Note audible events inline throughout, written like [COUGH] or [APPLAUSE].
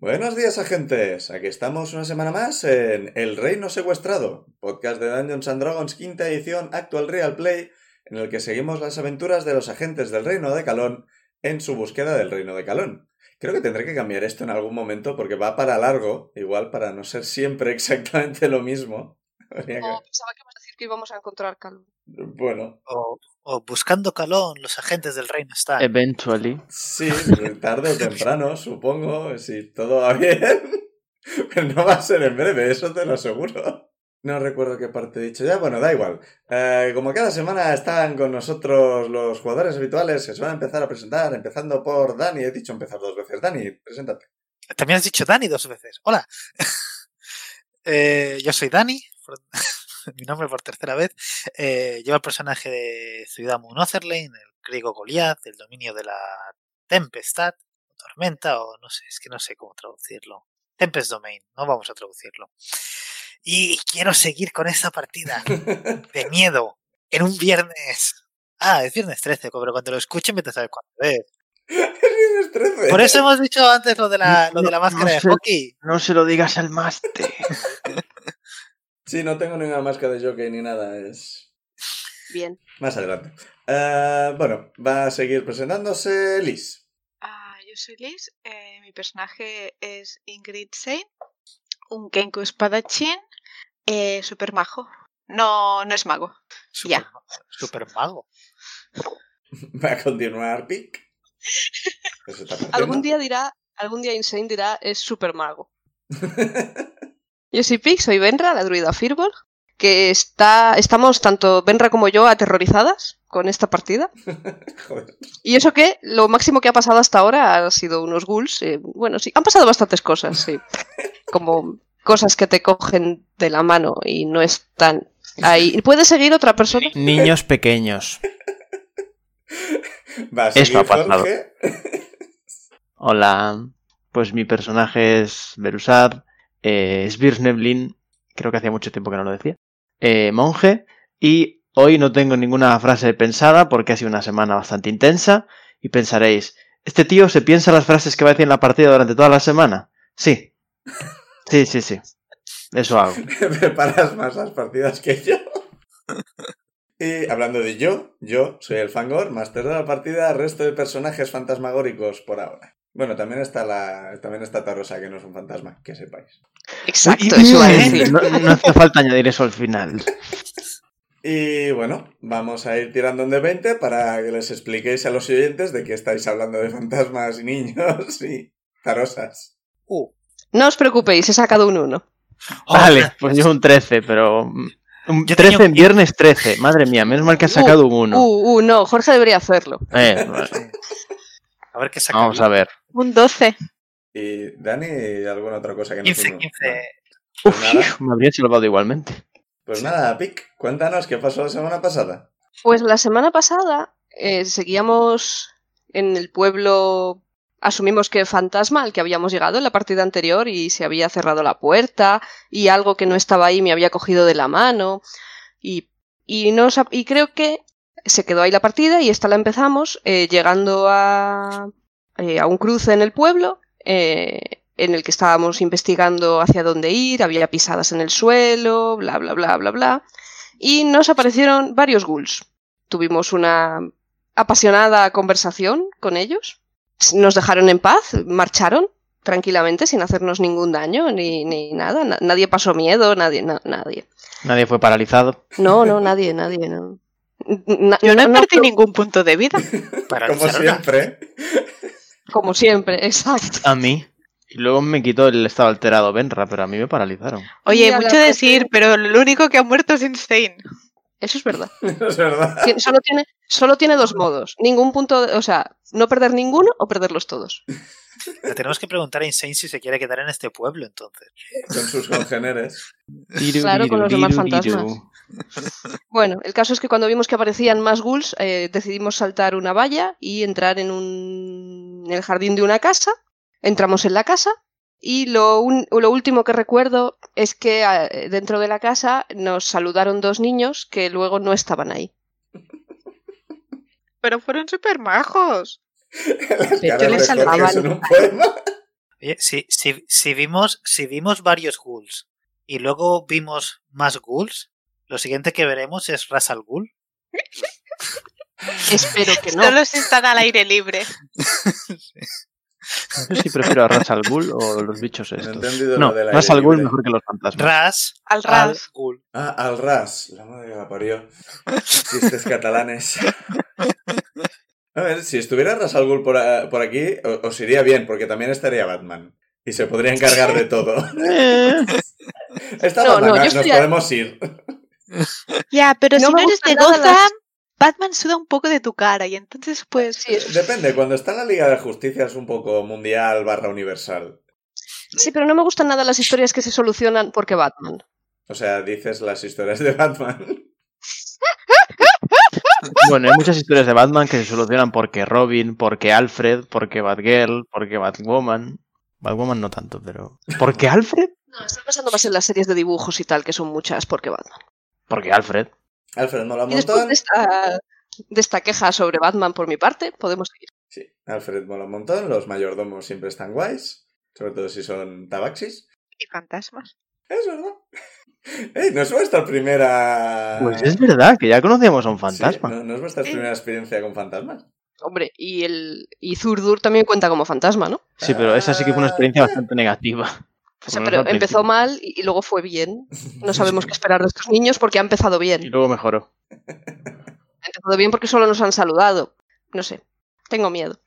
Buenos días, agentes. Aquí estamos una semana más en El Reino Secuestrado, podcast de Dungeons and Dragons quinta edición Actual Real Play, en el que seguimos las aventuras de los agentes del Reino de Calón en su búsqueda del Reino de Calón. Creo que tendré que cambiar esto en algún momento porque va para largo, igual para no ser siempre [LAUGHS] exactamente lo mismo. Habría que- Oh, pensaba que ibas a decir que íbamos a encontrar calor. Bueno, O, o buscando calón, los agentes del reino están. Em. Eventually. sí, tarde o temprano, supongo, si todo va bien. [LAUGHS] Pero no va a ser en breve, eso te lo aseguro. No recuerdo qué parte he dicho ya, bueno, da igual. Eh, como cada semana están con nosotros los jugadores habituales que se van a empezar a presentar, empezando por Dani. He dicho empezar dos veces. Dani, preséntate. [LAUGHS] También has dicho Dani dos veces. Hola. [LAUGHS] Eh, yo soy Dani, por- [LAUGHS] mi nombre por tercera vez. Eh, llevo el personaje de Ciudad Moon Otherlane, el griego Goliath, el dominio de la tempestad, o tormenta, o no sé, es que no sé cómo traducirlo. Tempest Domain, no vamos a traducirlo. Y quiero seguir con esa partida. de miedo en un viernes. Ah, es viernes 13, pero cuando lo escuchen vete a saber cuándo Eh, es. Tienes 13. Por eso hemos dicho antes lo de la, lo de la máscara de sé. hockey. No se lo digas al máster. Sí, no tengo ninguna máscara de jockey ni nada, es Bien. más adelante. Eh, bueno, va a seguir presentándose Liz. [LAUGHS] Ah, yo soy Liz. eh, mi personaje es Ingrid Sein, un Kenku espadachín, eh, super majo. No, no es mago. Super, Ya. super mago. Va a continuar Pic. Eso está partiendo. Algún día dirá, algún día Insane dirá, es super mago. Yo soy Pig, soy Benra, la druida Firbolg, que está, estamos tanto Benra como yo aterrorizadas con esta partida. [LAUGHS] Joder. Y eso que lo máximo que ha pasado hasta ahora ha sido unos ghouls. eh, bueno, sí, han pasado bastantes cosas, sí. Como cosas que te cogen de la mano y no están ahí. ¿Puede seguir otra persona? [LAUGHS] Niños pequeños. Va a seguir ha pasado. Jorge. [LAUGHS] Hola. Pues mi personaje es Berusar, eh, es Birneblin, creo que hacía mucho tiempo que no lo decía, eh, monje, y hoy no tengo ninguna frase pensada porque ha sido una semana bastante intensa, y pensaréis, ¿este tío se piensa las frases que va a decir en la partida durante toda la semana? Sí. Sí, sí, sí. Eso hago. Preparas más las partidas que yo. [LAUGHS] Y hablando de yo, yo soy el Fangor, máster de la partida, resto de personajes fantasmagóricos por ahora. Bueno, también está la. También está Tarosa, que no es un fantasma, que sepáis. Exacto, eso iba a decir. No, no hace falta añadir eso al final. Y bueno, vamos a ir tirando un de 20 para que les expliquéis a los oyentes de que estáis hablando de fantasmas y niños y tarosas. Uh. Oh, No os preocupéis, he sacado un uno. [LAUGHS] Vale, pues yo un 13, pero. Un Yo 13 tenía en un- viernes 13. Madre mía, menos mal que has sacado un 1. Uh, uh, no, Jorge debería hacerlo. Eh, bueno, A ver qué saca. vamos a ver. Un 12. Y Dani, ¿alguna otra cosa que no 15, hicimos? 15. Pues Uf, nada. me habría salvado igualmente. Pues nada, Pic, cuéntanos qué pasó la semana pasada. Pues la semana pasada eh, seguíamos en el pueblo, asumimos que fantasma al que habíamos llegado en la partida anterior y se había cerrado la puerta y algo que no estaba ahí me había cogido de la mano y, y, no sab- y creo que se quedó ahí la partida y esta la empezamos eh, llegando a, eh, a un cruce en el pueblo eh, en el que estábamos investigando hacia dónde ir, había pisadas en el suelo, bla, bla, bla, bla, bla y nos aparecieron varios ghouls. Tuvimos una apasionada conversación con ellos. Nos dejaron en paz, marcharon tranquilamente sin hacernos ningún daño ni, ni nada. Na- nadie pasó miedo, nadie, na- nadie. Nadie fue paralizado. No, [LAUGHS] no, nadie, nadie, no. Na- Yo no no- perdí ningún punto de [LAUGHS] vida. Para Como Lucerona. siempre. como siempre, [LAUGHS] exacto. A mí. Y luego me quitó el estado alterado Benra, pero a mí me paralizaron. Y Oye, a la mucho gente- decir, pero lo único que ha muerto es Insane. [LAUGHS] Eso es verdad. Es verdad. Tien- Solo tiene, solo tiene dos modos. Ningún punto, o sea, no perder ninguno o perderlos todos. Le tenemos que preguntar a Insane si se quiere quedar en este pueblo entonces. [LAUGHS] Con sus congéneres. Claro, con los demás fantasmas. Bueno, el caso es que cuando vimos que aparecían más ghouls, eh, decidimos saltar una valla y entrar en, un... en el jardín de una casa. Entramos en la casa y lo, un- lo último que recuerdo es que eh, dentro de la casa nos saludaron dos niños que luego no estaban ahí. Pero fueron súper majos. Las Yo le caras de Jorge salvaban. son un poema. Oye, si, si, si vimos, si vimos varios ghouls y luego vimos más ghouls, lo siguiente que veremos es Ras al Ghul. Espero que [LAUGHS] no. Solo si están al aire libre. No sé si prefiero a Ras al Ghul o los bichos No he estos. entendido No, lo del Ras aire al Ghul es libre. mejor que los fantasmas. Ras [LAUGHS] Al al ras. Ghul. Ah, al ras. La madre que la parió. Chistes [LAUGHS] catalanes. A ver, si estuviera Ras al Ghul por, a- por aquí, o- os iría bien, porque también estaría Batman. Y se podría encargar de [LAUGHS] todo. [LAUGHS] Eh, Está No, Batman, no, yo ah, nos estoy a- podemos ir. [LAUGHS] Ya, pero No si me no eres gustan de nada Gotham, las- Batman suda un poco de tu cara y entonces pues... Sí, Depende, cuando está en la Liga de la Justicia es un poco mundial barra universal. sí, pero no me gustan nada las historias que se solucionan porque Batman. O sea, dices las historias de Batman. [LAUGHS] Bueno, hay muchas historias de Batman que se solucionan porque Robin, porque Alfred, porque Batgirl, porque Batwoman. Batwoman no tanto, pero. ¿Porque Alfred? No, está pasando más en las series de dibujos y tal, que son muchas porque Batman. Porque Alfred. Alfred mola un Y después montón. de esta, de esta queja sobre Batman por mi parte, podemos seguir. Sí, Alfred mola un montón. Los mayordomos siempre están guays. Sobre todo si son tabaxis. Y fantasmas. Es verdad. [LAUGHS] ¡Ey! No es vuestra primera. Pues es verdad, que ya conocíamos a un fantasma. Sí, no, no es vuestra Sí. primera experiencia con fantasmas. Hombre, y el y Zurdur también cuenta como fantasma, ¿no? Sí, pero esa sí que fue una experiencia bastante negativa. [LAUGHS] O sea, Por lo menos pero al empezó principio. mal y, y luego fue [LAUGHS] bien. No sabemos qué esperar de estos niños porque ha empezado Y bien. luego mejoró. Ha empezado bien porque solo nos han saludado. No sé, tengo miedo.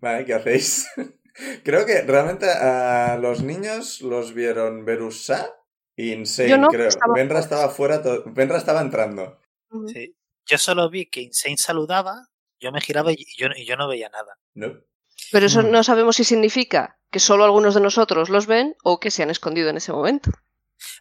Vale, ¿qué hacéis? [LAUGHS] Creo que realmente a los niños los vieron Verusa y Insane, Yo no, creo. estaba- Benra estaba fuera, to- Benra estaba entrando. Ujú. Sí. Yo solo vi que Insane saludaba, yo me giraba y yo, y yo no veía nada. No. Pero eso Mm. no sabemos si significa que solo algunos de nosotros los ven o que se han escondido en ese momento.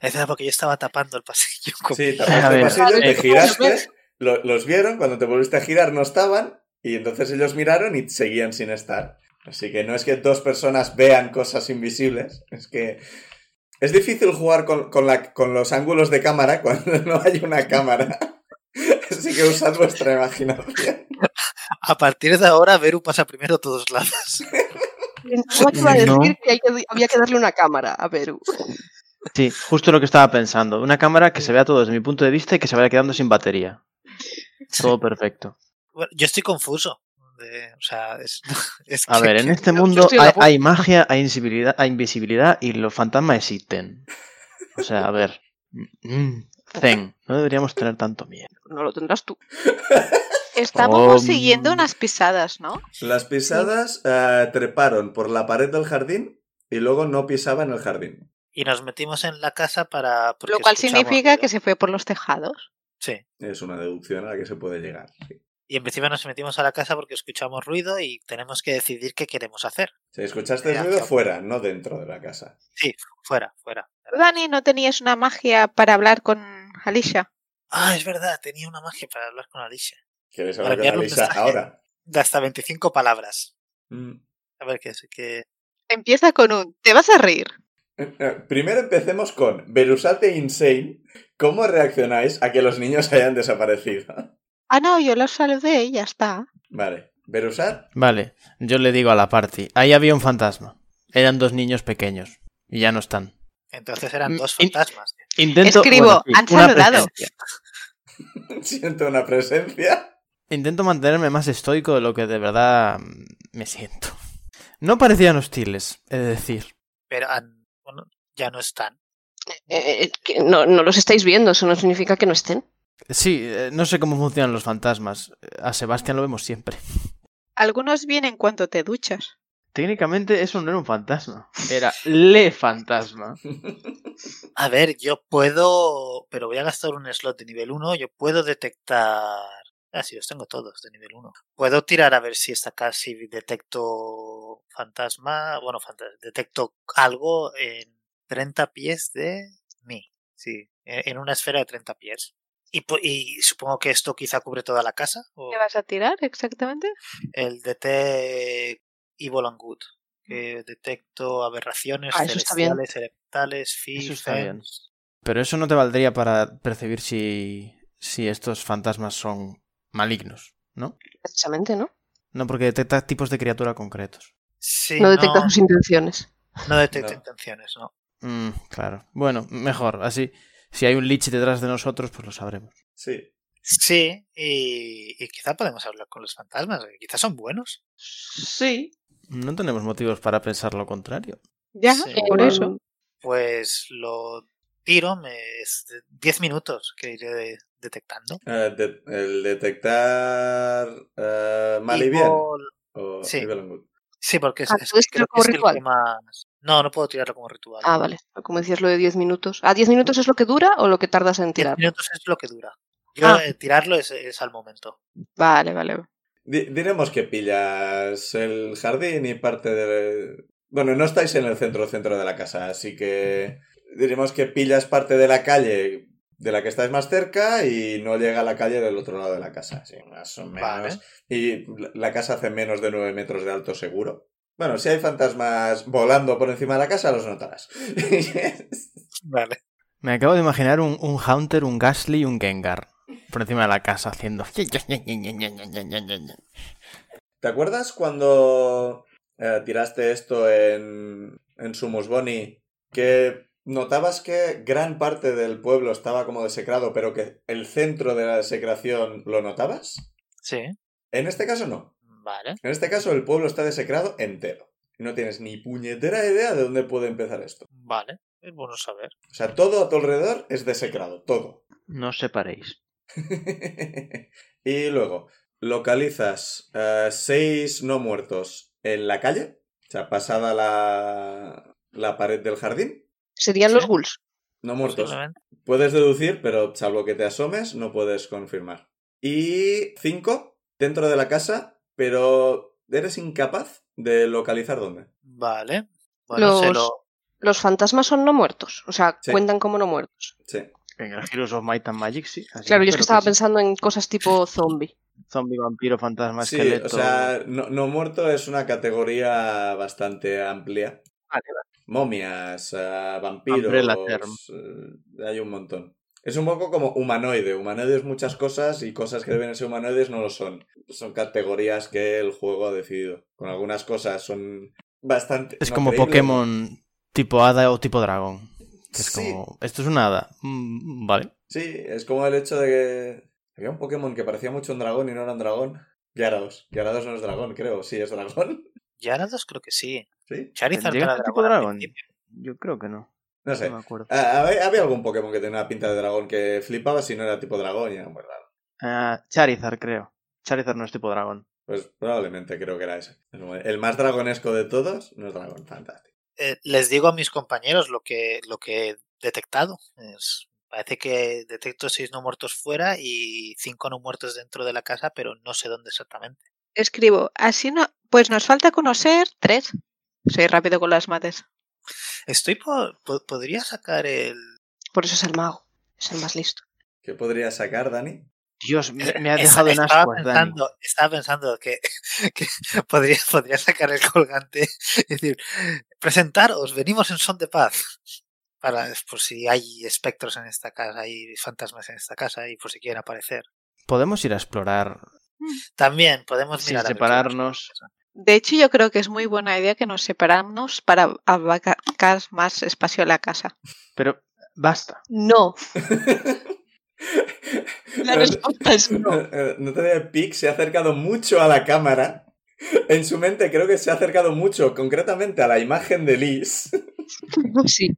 Es verdad, porque yo estaba tapando el pasillo. [LAUGHS] con- Sí, A tapaste el ver, pasillo, eh, te giraste, lo- los vieron, cuando te volviste a girar no estaban, y entonces ellos miraron y seguían sin estar. Así que no es que dos personas vean cosas invisibles, es que es difícil jugar con, con la- con los ángulos de cámara [LAUGHS] cuando no hay una cámara. Así que usad vuestra imaginación. A partir de ahora, Veru pasa primero a todos lados. [LAUGHS] Pensaba que iba a decir No. que, hay que- había que darle una cámara a Beru. [LAUGHS] Sí, justo lo que estaba pensando. Una cámara que se vea todo desde mi punto de vista y que se vaya quedando sin batería. Todo perfecto. Bueno, yo estoy confuso. de- o sea, es, [LAUGHS] es A que- ver, en este yo- yo mundo estoy en la hay, punta. hay magia, hay invisibilidad, hay invisibilidad y los fantasmas existen. O sea, a ver. mm, Zen, no deberíamos tener tanto miedo. No lo tendrás tú. Estábamos Om. siguiendo unas pisadas, ¿no? Las pisadas eh, treparon por la pared del jardín y luego no pisaban el jardín. Y nos metimos en la casa para... porque Lo cual escuchamos significa ruido. que se fue por los tejados. Sí. Es una deducción a la que se puede llegar. sí. Y en principio nos metimos a la casa porque escuchamos ruido y tenemos que decidir qué queremos hacer. Si escuchaste el ruido fuera, no dentro de la casa. Sí, fuera, fuera. Dani, ¿no tenías una magia para hablar con Alicia? Ah, es verdad, tenía una magia para hablar con Alicia. ¿Quieres Para hablar con enviarle un Alisa mensaje. ahora? De hasta 25 palabras. Mm. A ver qué es. qué- Empieza con un... Te vas a reír. Eh, eh, Primero empecemos con Berusate Insane. ¿Cómo reaccionáis a que los niños hayan desaparecido? [LAUGHS] Ah, no, yo los saludé y ya está. Vale. Berusat, Vale, yo le digo a la party. Ahí había un fantasma. Eran dos niños pequeños. Y ya no están. Entonces eran Mm, dos in- fantasmas. Intento, Escribo, bueno, sí, han una saludado. presencia. [LAUGHS] siento una presencia. [LAUGHS] Intento mantenerme más estoico de lo que de verdad mm, me siento. No parecían hostiles, he de decir. Pero han- bueno, ya no están. Eh, eh, que no, no los estáis viendo, eso no significa que no estén. Sí, eh, no sé cómo funcionan los fantasmas. A Sebastián lo vemos siempre. Algunos vienen cuando te duchas. Técnicamente eso no era un fantasma. [LAUGHS] Era le fantasma. A ver, yo puedo. Pero voy a gastar un slot de nivel 1. Yo puedo detectar. Ah, sí, los tengo todos de nivel 1. Puedo tirar a ver si esta ca- si detecto fantasma. Bueno, fanta- detecto algo en 30 pies de mí. Sí, en en una e-, esfera de 30 pies. Y, pu- y supongo que esto quizá cubre toda la casa. O ¿Qué vas a tirar exactamente? el DT Evil and Good. Que detecto aberraciones Mm. Ah, eso está bien. celestiales, electales, fi, Eso está fen. bien. Pero eso no te valdría para percibir si, si estos fantasmas son malignos, ¿no? Precisamente, ¿no? No, porque detecta tipos de criatura concretos. Sí, no detecta no, sus intenciones. [LAUGHS] no detecto No. intenciones, no. Mm, claro. Bueno, mejor. Así, si hay un lich detrás de nosotros, pues lo sabremos. Sí. Sí, y, y quizá podemos hablar con los fantasmas, que quizá son buenos. Sí, No tenemos motivos para pensar lo contrario. Ya, Sí. Eh, por eso. Pues lo tiro, me es 10 minutos que iré de- detectando. Eh, de- el detectar eh, mal y bien. Evil- o sí. evil and good. Sí, porque es, Ah, es- ¿puedes creo tirarlo como que es el ritual? que más- No, no puedo tirarlo como ritual. Ah, vale. Como decías lo de 10 minutos. ¿A 10 minutos es lo que dura o lo que tardas en 10 tirar? minutos es lo que dura. Yo Ah. eh, tirarlo es, es al momento. Vale, vale. Di- diremos que pillas el jardín y parte de... Bueno, no estáis en el centro, centro de la casa, así que diremos que pillas parte de la calle de la que estáis más cerca y no llega a la calle del otro lado de la casa, sí, más o menos. Vale. Y la- la casa hace menos de 9 metros de alto seguro. Bueno, si hay fantasmas volando por encima de la casa, los notarás. [LAUGHS] [LAUGHS] Vale. Me acabo de imaginar un, un Haunter, un Gastly y un Gengar por encima de la casa haciendo. [LAUGHS] ¿Te acuerdas cuando eh, tiraste esto en, en Sumus Boni? Que notabas que gran parte del pueblo estaba como desecrado, pero que el centro de la desecración lo notabas? Sí. En este caso no. Vale. En este caso el pueblo está desecrado entero. No tienes ni puñetera idea de dónde puede empezar esto. Vale. Es bueno saber. O sea, todo a tu alrededor es desecrado, todo. No os separéis. [LAUGHS] y luego, localizas eh, seis no muertos en la calle, o sea, pasada la, la pared del jardín. Serían Sí. los ghouls. No muertos. Posiblemente. Puedes deducir, pero salvo que te asomes, no puedes confirmar. Y cinco, dentro de la casa, pero eres incapaz de localizar dónde. Vale. Bueno, se Los- lo... Los fantasmas son no muertos. O sea, Sí. cuentan como no muertos. Sí. En el Heroes of Might and Magic, sí. así Claro, yo es pero que estaba sí. pensando en cosas tipo zombie. Zombie, vampiro, fantasma, Sí, esqueleto. o sea, no, no muerto es una categoría bastante amplia. Vale, vale. momias, eh, vampiros, Umbrella term. eh, hay un montón. Es un poco como humanoide. Humanoide es muchas cosas y cosas que deben ser humanoides no lo son. Son categorías que el juego ha decidido. Con algunas cosas son bastante... Es no como creíbles, Pokémon tipo hada o tipo dragón. Que es Sí. como. Esto es una hada. Mm, vale. Sí, es como el hecho de que había un Pokémon que parecía mucho un dragón y no era un dragón. Gyarados. Gyarados no es dragón, creo. Sí, es dragón. [LAUGHS] Yarados creo que sí. Sí. Charizard ¿Llega era dragón. este tipo al dragón? principio. Yo creo que no. No sé. No me acuerdo. Ah, Había había algún Pokémon que tenía una pinta de dragón que flipaba si no era tipo dragón y era muy raro. Ah, Charizard, creo. Charizard no es tipo dragón. Pues probablemente creo que era ese. El más dragonesco de todos no es dragón, fantástico. Eh, les digo a mis compañeros lo que, lo que he detectado. Es- parece que detecto seis no muertos fuera y cinco no muertos dentro de la casa, pero no sé dónde exactamente. Escribo, así no. Pues nos falta conocer tres. Soy rápido con las mates. Estoy por, po- podría sacar el Por eso es el mago. Es el más listo. ¿Qué podría sacar, Dani? Dios, me, me has Es- dejado en estaba ascuas, Dani. pensando, estaba pensando que, [LAUGHS] que podría, podría sacar el colgante y decir, presentaros, venimos en son de paz. Para, por si hay espectros en esta casa, hay fantasmas en esta casa y por si quieren aparecer. Podemos ir a explorar. También podemos Sin mirar a ver qué separarnos. pasa. De hecho, yo creo que es muy buena idea que nos separamos para abarcar más espacio a la casa. Pero basta. No. [LAUGHS] Pero- es [LAUGHS] Eh, No te digo, Pic se ha acercado mucho a la cámara. En su mente creo que se ha acercado mucho, concretamente a la imagen de Liz. [LAUGHS] Sí.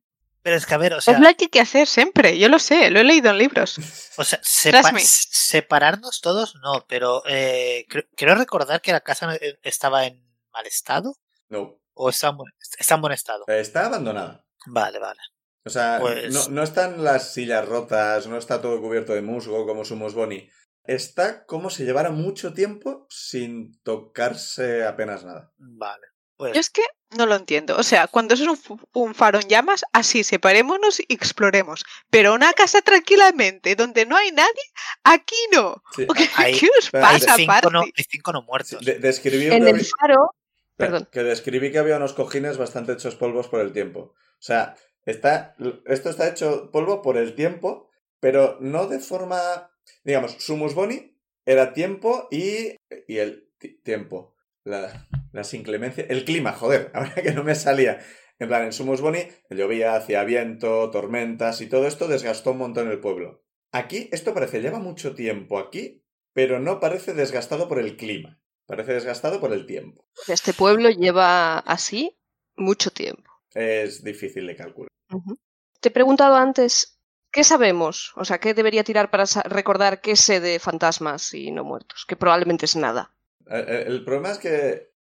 Pero es que a ver, o sea, es lo que Pues hay que hacer siempre, yo lo sé, lo he leído en libros. o sea, sepa- Trust me. separarnos todos no, pero eh, cre- creo recordar que la casa eh, estaba en mal estado No, o está en buen- está en buen estado. eh, está abandonada. Vale, vale. O sea, Pues- no, no están las sillas rotas, no está todo cubierto de musgo como Sumos Boni. Está como si llevara mucho tiempo sin tocarse apenas nada. Vale. Pues Yo es que no lo entiendo. O sea, cuando es un, fu- un faro en llamas, así separémonos y exploremos. Pero una casa tranquilamente, donde no hay nadie, aquí no. Sí. ¿O ¿Qué, Ahí- qué os Pero hay pasa, cinco, no, Party? hay cinco no Sí, muertos. de- describí En una- el faro, Espera, Perdón. Que describí que había unos cojines bastante hechos polvos por el tiempo. O sea, está, esto está hecho polvo por el tiempo, pero no de forma. Digamos, Sumus Boni era tiempo y. y el ti- tiempo. La- las inclemencias. El clima, joder, [LAUGHS] ahora que no me salía. En plan, en Sumus Boni llovía, hacía viento, tormentas y todo esto desgastó un montón el pueblo. Aquí, esto parece, lleva mucho tiempo aquí, pero no parece desgastado por el clima. Parece desgastado por el tiempo. este pueblo lleva así mucho tiempo. Es difícil de calcular. Te he preguntado antes, ¿qué sabemos? O sea, ¿qué debería tirar para sa- recordar qué sé de fantasmas y no muertos? Que probablemente es nada. El, el- Eh, el problema es que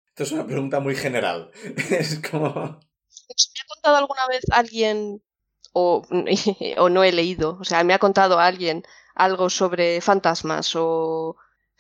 esto es una pregunta muy general. [LAUGHS] Es como... Pues, ¿Me ha contado alguna vez alguien, o, [LAUGHS] o no he leído, o sea, me ha contado alguien algo sobre fantasmas o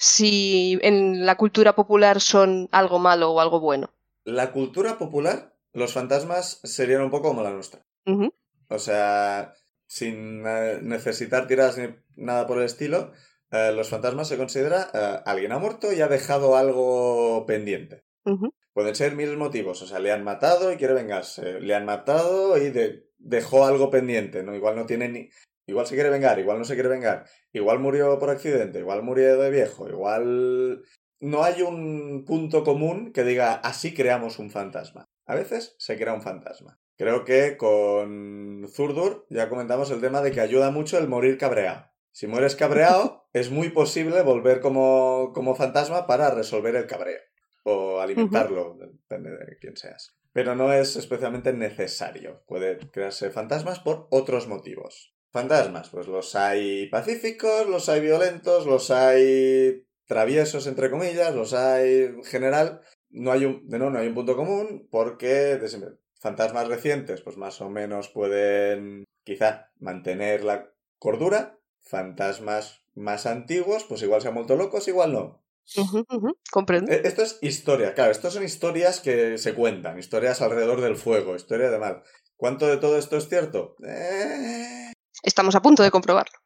si en la cultura popular son algo malo o algo bueno? La cultura popular, los fantasmas serían un poco como la nuestra. Ujú. O sea, sin eh, necesitar tiras ni nada por el estilo, eh, los fantasmas se considera eh, alguien ha muerto y ha dejado algo pendiente. Ujú. Pueden ser miles motivos, o sea, le han matado y quiere vengarse, le han matado y de- dejó algo pendiente, ¿no? Igual no tiene ni... Igual se quiere vengar, igual no se quiere vengar, igual murió por accidente, igual murió de viejo, igual... No hay un punto común que diga, así creamos un fantasma. A veces se crea un fantasma. Creo que con Zurdur ya comentamos el tema de que ayuda mucho el morir cabreado. Si mueres cabreado, es muy posible volver como, como fantasma para resolver el cabreo o alimentarlo, depende de quién seas. Pero no es especialmente necesario. Puede crearse fantasmas por otros motivos. Fantasmas, pues los hay pacíficos, los hay violentos, los hay traviesos, entre comillas, los hay en general. No hay un, de nuevo, no hay un punto común porque de siempre, fantasmas recientes, pues más o menos pueden quizá mantener la cordura. Fantasmas más antiguos, pues igual se han vuelto locos, igual no. Ujú, ujú, Comprendo. Eh, Esto es historia, claro, estas son historias que se cuentan, historias alrededor del fuego, historia de mal. ¿Cuánto de todo esto es cierto? Eh, Estamos a punto de comprobarlo.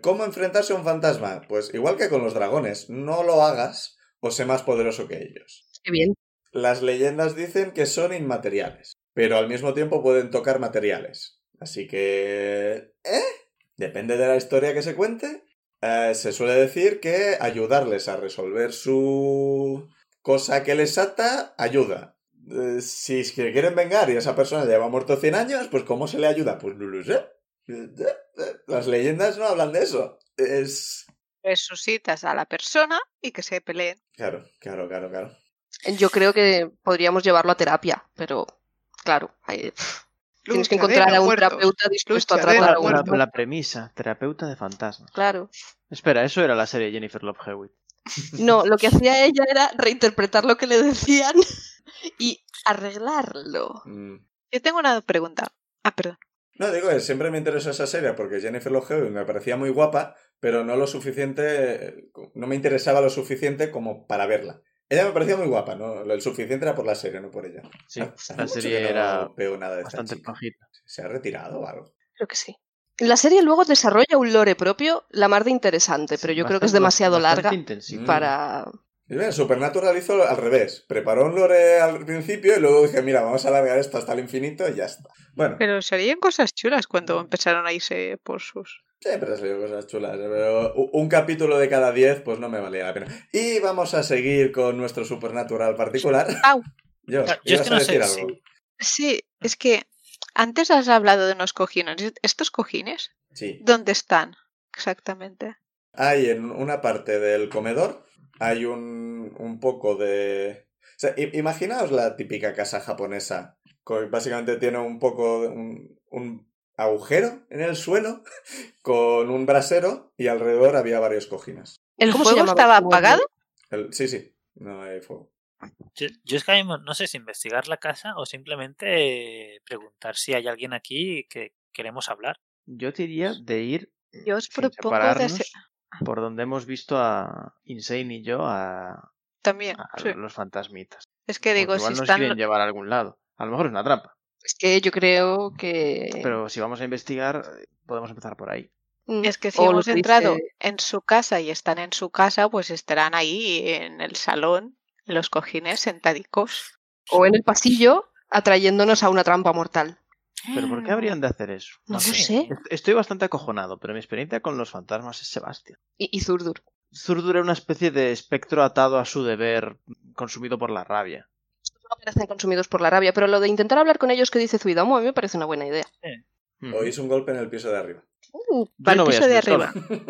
¿Cómo enfrentarse a un fantasma? Pues igual que con los dragones, no lo hagas o sé más poderoso que ellos. Qué bien. Las leyendas dicen que son inmateriales, pero al mismo tiempo pueden tocar materiales. Así que... ¿Eh? Depende de la historia que se cuente. Eh, se suele decir que ayudarles a resolver su cosa que les ata ayuda. Eh, si es que quieren vengar y esa persona lleva muerto 100 años, pues ¿cómo se le ayuda? Pues no lo sé. Eh, eh, Las leyendas no hablan de eso. Es... Resucitas a la persona y que se peleen. Claro, claro, claro, claro. Yo creo que podríamos llevarlo a terapia, pero claro, hay- tienes que Lucha de encontrar a no un muertos. terapeuta dispuesto a Lucha de no tratar a la, uno. muertos. la premisa, terapeuta de fantasmas. Claro. Espera, eso era la serie de Jennifer Love Hewitt. No, [LAUGHS] lo que hacía ella era reinterpretar lo que le decían [LAUGHS] y arreglarlo. Mm. Yo tengo una pregunta. Ah, perdón. No, digo que siempre me interesó esa serie porque Jennifer Love Hewitt me parecía muy guapa, pero no lo suficiente, no me interesaba lo suficiente como para verla. Ella me parecía muy guapa, ¿no? Lo el suficiente era por la serie, no por ella. Sí, Hace Ah, la mucho serie que no era veo nada de esta bastante chica. flojita. ¿Se ha retirado o algo? Creo que sí. La serie luego desarrolla un lore propio, la mar de interesante, pero yo creo que es Bastante- demasiado bastante larga mm. intensiva. para... Y mira, Supernatural hizo al revés. Preparó un lore al principio y luego dije, mira, vamos a alargar esto hasta el infinito y ya está. Bueno, Pero serían cosas chulas cuando empezaron a irse por sus. Siempre han salido cosas chulas, ¿eh? pero u- un capítulo de cada diez, pues no me valía la pena. Y vamos a seguir con nuestro Supernatural particular. Au. [LAUGHS] Yo, Claro, Ah, yo es ibas que a no decir sé algo. si... Sí, es que antes has hablado de unos cojines. ¿Estos cojines? Sí. ¿Dónde están? Exactamente. Hay en una parte del comedor, hay un, un poco de... O sea, i- imaginaos la típica casa japonesa, que básicamente tiene un poco, de- un, un agujero en el suelo, [LAUGHS] con un brasero, y alrededor había varios cojines. ¿El ¿Cómo se fuego llamaba estaba el pueblo? apagado? El- sí, sí, no hay fuego. Yo, yo es que ahora mismo no sé si investigar la casa o simplemente eh, preguntar si hay alguien aquí que queremos hablar. Yo te diría de ir Yo os sin propongo de separarnos, hacer- por donde hemos visto a Insane y yo a, También. a sí. los fantasmitas. Es que digo, Porque igual si nos están... quieren llevar a algún lado. A lo mejor es una trampa. Es que yo creo que... Pero si vamos a investigar, podemos empezar por ahí. Mm, Es que si o lo hemos que entrado dice- en su casa y están en su casa, pues estarán ahí en el salón, en los cojines, sentadicos. o en el pasillo atrayéndonos a una trampa mortal. ¿Pero por qué habrían de hacer eso? Mm. No Sí. lo sé. Est- Estoy bastante acojonado, pero mi experiencia con los fantasmas es Sebastián. Y, y Zurdur. Zurdur era una especie de espectro atado a su deber, consumido por la rabia. No parecen consumidos por la rabia, pero lo de intentar hablar con ellos que dice Zuidamo a mí me parece una buena idea. Ujú. Oís un golpe en el piso de arriba. Uh, Yo pa'l no voy a piso de subir sola. arriba.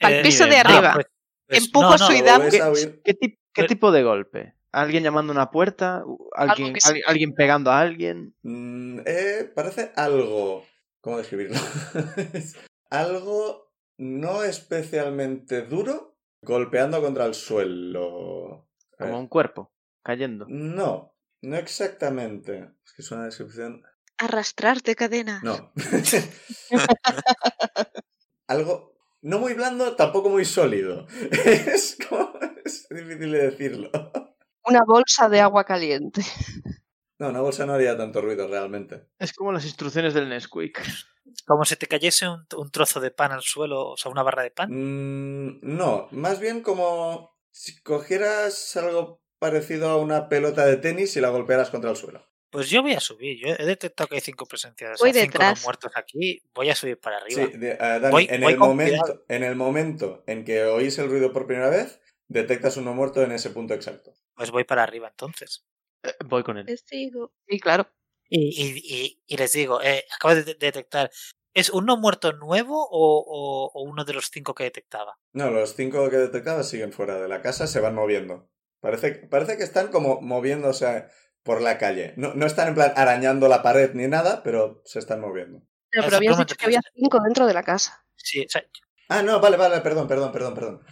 Al piso de no, arriba. pues- pues Empujo no, no, su- Lo volvéis ¿Qué- a oír. ¿Qué, tip- qué Pero- tipo de golpe? ¿Alguien llamando a una puerta? ¿U- ¿Alguien, que sí. al- alguien pegando a alguien? Mm, eh, parece algo. ¿Cómo describirlo? [LAUGHS] Es algo no especialmente duro golpeando contra el suelo. A ver. Como un cuerpo, cayendo. No, no exactamente. Es que es una descripción. Arrastrarte cadena. No. algo no muy blando, tampoco muy sólido. [LAUGHS] es, como- es difícil de decirlo. Una bolsa de agua caliente. [LAUGHS] No, una bolsa no haría tanto ruido realmente. Es como las instrucciones del Nesquik. Como si te cayese un, un trozo de pan al suelo, o sea, una barra de pan. Mm, no, más bien como si cogieras algo parecido a una pelota de tenis y la golpearas contra el suelo. Pues yo voy a subir. Yo he detectado que hay cinco presencias, o Voy sea, cinco no detrás. muertos aquí. Voy a subir para Sí, arriba. de- ah, Dani, Voy- en, voy el con momento, cuidado. en el momento en que oís el ruido por primera vez, detectas uno muerto en ese punto exacto. Pues voy para arriba entonces. Eh, Voy con él. Les digo, Y claro, Y, y- y- y les digo, eh, acabo de de- detectar. ¿Es un no muerto nuevo o, o- o uno de los cinco que detectaba? No, los cinco que detectabas siguen fuera de la casa, se van moviendo. Parece, parece que están como moviéndose por la calle. No, no están en plan arañando la pared ni nada, pero se están moviendo. pero, Eso pero habías como dicho te que había parece. cinco dentro de la casa. Sí, o sea, Ah, no, vale, vale, perdón, perdón, perdón, perdón.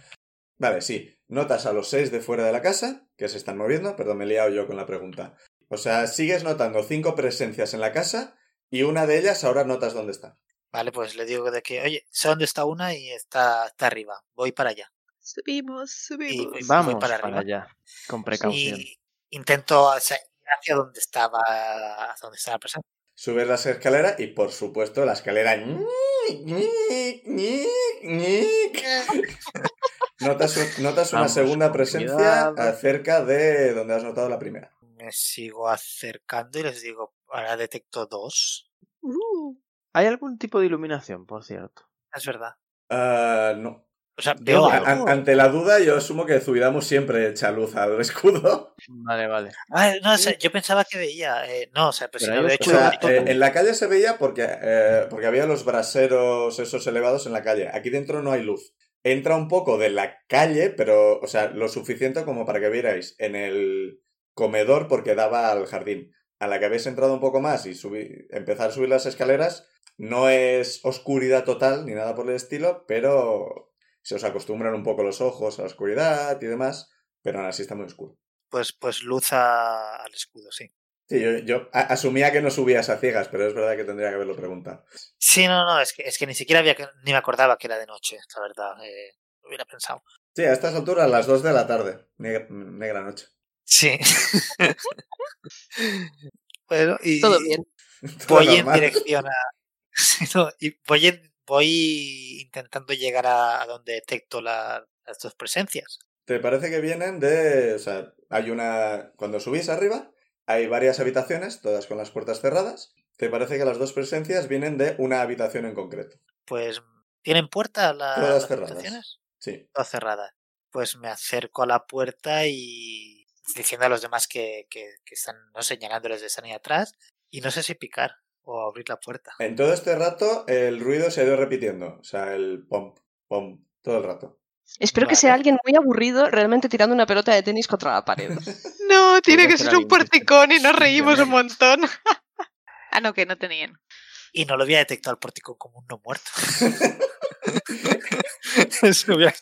Vale, sí. Notas a los seis de fuera de la casa, que se están moviendo. Perdón, me he liado yo con la pregunta. O sea, sigues notando cinco presencias en la casa y una de ellas ahora notas dónde está. vale, pues le digo de que, oye, sé dónde está una y está, está arriba. Voy para allá. subimos, subimos. voy- Vamos voy para, para arriba. allá, con precaución. Y intento o sea, ir hacia donde estaba, hacia donde estaba la persona. Subes las escaleras y, por supuesto, la escalera... Notas, un- notas una Vamos, segunda con presencia cuidado. acerca de donde has notado la primera. Me sigo acercando y les digo, ahora detecto dos. Uh, ¿Hay algún tipo de iluminación, por cierto? Es verdad. Ah, no. O sea, Yo veo veo. A- algo. a- ante la duda, yo asumo que Zubidamu siempre echa luz al escudo. Vale, vale. Ah, no, o sea, yo pensaba que veía. eh, no, o sea, pues Pero si no hay veo, otro. O yo sea, veo todo. eh, en la calle se veía porque, eh, porque había los braseros esos elevados en la calle. Aquí dentro no hay luz. Entra un poco de la calle, pero, o sea, lo suficiente como para que vierais en el comedor porque daba al jardín. A la que habéis entrado un poco más y subi- empezar a subir las escaleras, no es oscuridad total ni nada por el estilo, pero se os acostumbran un poco los ojos a la oscuridad y demás, pero aún así está muy oscuro. Pues, pues luz a- al escudo, sí. Sí, yo, yo a- asumía que no subías a ciegas, pero es verdad que tendría que haberlo preguntado. Sí, no, no, es que, es que ni siquiera había que, ni me acordaba que era de noche, la verdad. eh, lo hubiera pensado. Sí, a estas alturas, a las 2 de la tarde. Neg- negra noche. [LAUGHS] Sí. [LAUGHS] bueno, y Todo bien. Todo voy en normal. dirección a. [LAUGHS] Sí, no, y voy, en- voy intentando llegar a, a donde detecto la- las dos presencias. Te parece que vienen de. O sea, hay una. Cuando subís arriba, hay varias habitaciones, todas con las puertas cerradas. Te parece que las dos presencias vienen de una habitación en concreto. Pues, ¿tienen puerta la- Todas las cerradas. habitaciones? Sí. todo cerrada. Pues me acerco a la puerta y diciendo a los demás que, que- que están no señalándoles de están ahí atrás y no sé si picar o abrir la puerta. En todo este rato, el ruido se ha ido repitiendo. O sea, el pom, pom, todo el rato. Espero que Vale. sea alguien muy aburrido realmente tirando una pelota de tenis contra la pared. No, tiene que ser ser un alguien que esté porticón y nos reímos un funcionando. montón. [LAUGHS] ah, no, que no tenían. Y no lo había detectado al pórtico como un no [LAUGHS] muerto. Eso hubiera-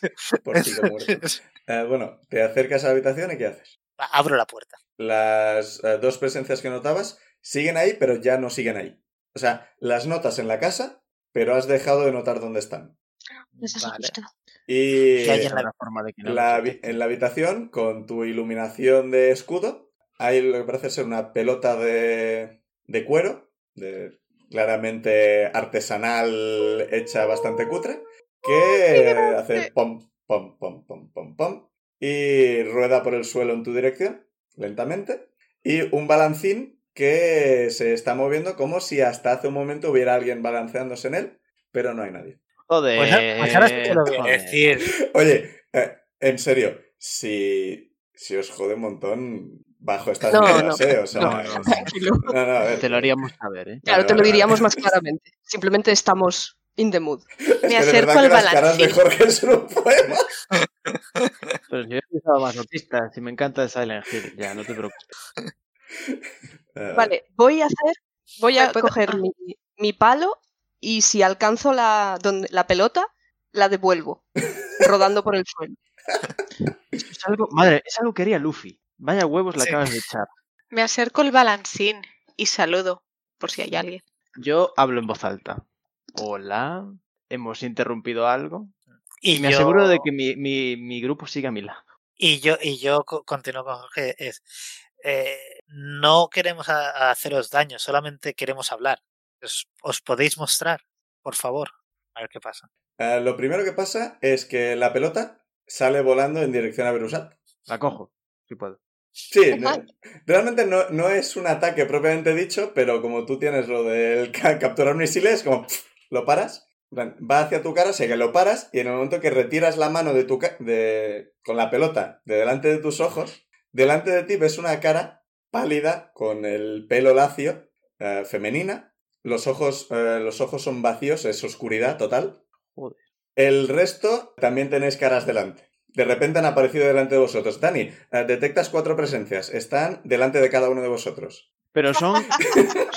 Por si [LAUGHS] muerto. Eh, bueno, te acercas a la habitación y ¿qué haces? Abro la puerta. las eh, dos presencias que notabas siguen ahí, pero ya no siguen ahí. O sea, las notas en la casa, pero has dejado de notar dónde están. Vale. Y Que hay en Esa la- es forma de que no la nos habi- detecten. en la habitación, con tu iluminación de escudo, Hay lo que parece ser una pelota de, de cuero, de- claramente artesanal, hecha bastante cutre, ¡Qué que grande! hace pom, pom, pom, pom, pom, pom, y rueda por el suelo en tu dirección, lentamente, y un balancín que se está moviendo como si hasta hace un momento hubiera alguien balanceándose en él, pero no hay nadie. Joder. Pues, a- pues ahora sí te lo voy a joder. decir. Oye, eh, en serio, si, si os jode un montón, bajo estas No, mierdas, no, ¿eh? O sea, no, es- no, Tranquilo. no, no, a ver. Te lo haríamos saber, ¿eh? Claro, te lo vale, diríamos vale. más claramente. Simplemente estamos in the mood. Es que de acerco verdad al que las caras de balancín. Jorge son un poema. Pero si yo he pensado más autistas y me encanta Silent Hill, ya, no te preocupes. Eh, Vale, voy a hacer, voy Ay, a puedo- coger ah. mi, mi palo y si alcanzo la, donde, la pelota, la devuelvo, rodando por el suelo. Es algo, madre, es algo que haría Luffy. Vaya huevos la Sí. acabas de echar. Me acerco al balancín y saludo, por si hay alguien. Yo hablo en voz alta. Hola, hemos interrumpido algo. Y Me yo- aseguro de que mi, mi, mi grupo siga a mi lado. Y yo, y yo co- continúo con Jorge, es, eh, no queremos a- a haceros daño, solamente queremos hablar. Os, os podéis mostrar, por favor. A ver qué pasa. eh, lo primero que pasa es que la pelota sale volando en dirección a Berusat. La cojo, si puedo. Sí, no- realmente no, no es un ataque propiamente dicho, pero como tú tienes lo del [LAUGHS] ca- capturar misiles, es como pf, lo paras, en plan, va hacia tu cara, sé que lo paras, y en el momento que retiras la mano de tu ca- de, con la pelota de delante de tus ojos, delante de ti ves una cara pálida, con el pelo lacio, eh, femenina, los ojos, eh, los ojos son vacíos, es oscuridad total. Joder. El resto también tenéis caras delante. De repente han aparecido delante de vosotros. Dani, eh, detectas cuatro presencias. Están delante de cada uno de vosotros. Pero [LAUGHS] son,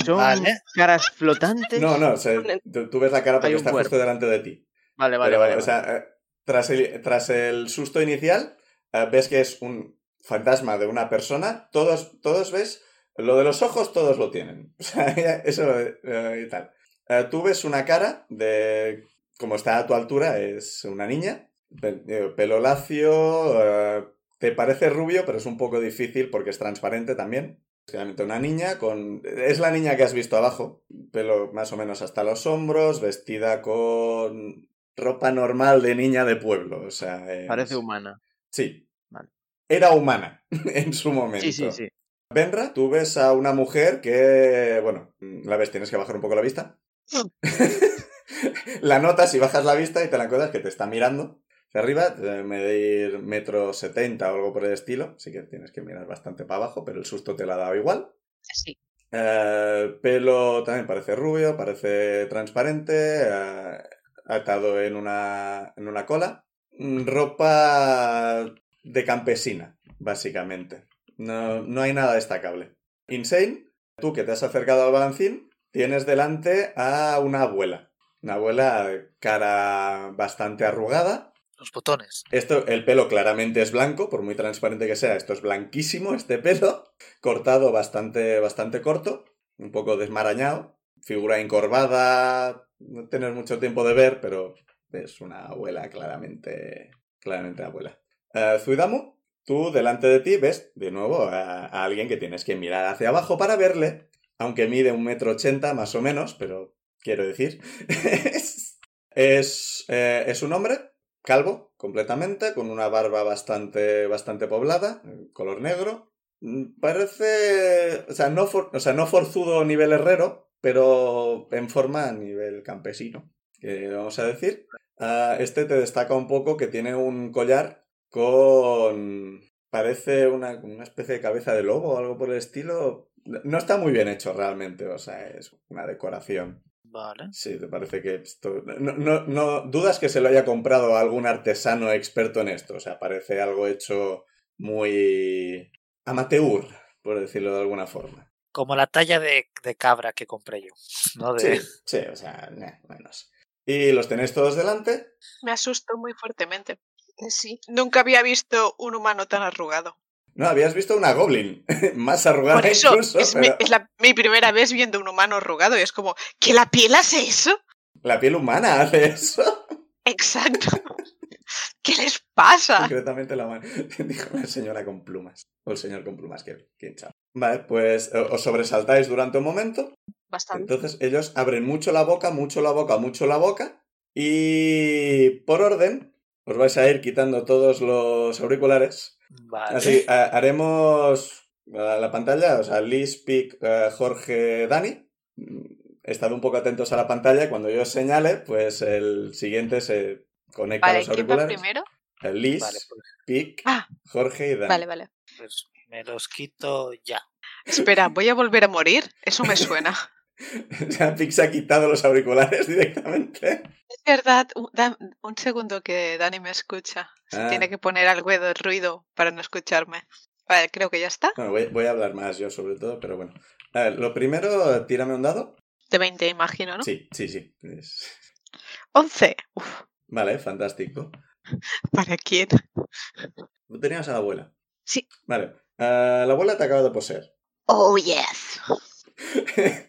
son Vale. caras flotantes. No, no, o sea, tú tú ves la cara Hay porque un está cuerpo. justo delante de ti. Vale, vale, Pero, vale. o vale. sea, eh, tras el, tras el susto inicial, eh, ves que es un fantasma de una persona. Todos, todos ves. Lo de los ojos, todos lo tienen. [LAUGHS] O sea, ya, eso eh, y tal. Eh, tú ves una cara de. Como está a tu altura, es una niña. Pel- eh, Pelo lacio. eh, te parece rubio, pero es un poco difícil porque es transparente también. Es Claramente una niña con. Es la niña que has visto abajo. Pelo más o menos hasta los hombros, vestida con ropa normal de niña de pueblo. O sea. es- Parece humana. Sí. Vale. Era humana [LAUGHS] en su momento. Sí, sí, sí. Benra, tú ves a una mujer que, bueno, mm, la ves, tienes que bajar un poco la vista. la notas y bajas la vista y te la encuentras que te está mirando. De arriba, debe medir metro setenta o algo por el estilo, así que tienes que mirar bastante para abajo, pero el susto te la ha dado igual. Sí. Eh, pelo también parece rubio, parece transparente, eh, atado en una, en una cola. Mm, Ropa de campesina, básicamente. No, no hay nada destacable. Insane, tú que te has acercado al balancín, tienes delante a una abuela. Una abuela de cara bastante arrugada, Los botones. esto, el pelo claramente es blanco, por muy transparente que sea, esto es blanquísimo, este pelo, cortado bastante, bastante corto, un poco desmarañado, figura encorvada, no tienes mucho tiempo de ver, pero es una abuela claramente, claramente abuela. Eh, Zuidamu, tú delante de ti ves de nuevo a, a alguien que tienes que mirar hacia abajo para verle, aunque mide un metro ochenta más o menos, pero quiero decir, [LAUGHS] es, es, eh, es un hombre calvo completamente, con una barba bastante, bastante poblada, eh, color negro. Mm, Parece, o sea, no, for- o sea, no forzudo a nivel herrero, pero en forma a nivel campesino, que vamos a decir. Ah, este te destaca un poco que tiene un collar con, parece una, como una especie de cabeza de lobo o algo por el estilo. No está muy bien hecho realmente, o sea, es una decoración. Vale. Sí, te parece que esto. No, no, no dudas que se lo haya comprado a algún artesano experto en esto. O sea, parece algo hecho muy amateur, por decirlo de alguna forma. Como la talla de, de cabra que compré yo. [LAUGHS] ¿no? Sí, De, sí, o sea, nah, menos. Y los tenéis todos delante. Me asusto muy fuertemente. Eh, Sí. Nunca había visto un humano tan arrugado. No, habías visto una goblin, [LAUGHS] más arrugada Por eso incluso. es, mi, pero es la- mi primera vez viendo un humano arrugado y es como, ¿que la piel hace eso? [LAUGHS] La piel humana hace eso. Exacto. ¿Qué les pasa? Concretamente la mano. [LAUGHS] Dijo la señora con plumas. O el señor con plumas, que quién sabe. Vale, pues eh, os sobresaltáis durante un momento. Bastante. Entonces ellos abren mucho la boca, mucho la boca, mucho la boca. Y por orden, os vais a ir quitando todos los auriculares. Vale. Así, ha- haremos la, la pantalla, o sea, Liz, Pic, eh, Jorge, Dani. Mm, Estad un poco atentos a la pantalla. Cuando yo os señale, pues el siguiente se conecta a Vale, los ¿quién va auriculares. primero? Eh, Liz, Vale, pues, Pic, Ah. Jorge y Dani. Vale, vale. pues me los quito ya. Espera, voy a volver a morir. Eso [LAUGHS] me suena. Ya Pic se ha quitado los auriculares [LAUGHS] directamente. Es verdad, un, da- un segundo que Dani me escucha. Se Ah. tiene que poner algo de ruido para no escucharme. Vale, creo que ya está. Bueno, voy, voy a hablar más yo sobre todo, pero bueno. A ver, lo primero, tírame un dado. De 20, imagino, ¿no? Sí, sí, sí. Es- 11. Uf, Vale, fantástico. ¿para quién? Tú tenías a la abuela. Sí. Vale. ah, la abuela te acaba de poseer. Oh, yes. [LAUGHS]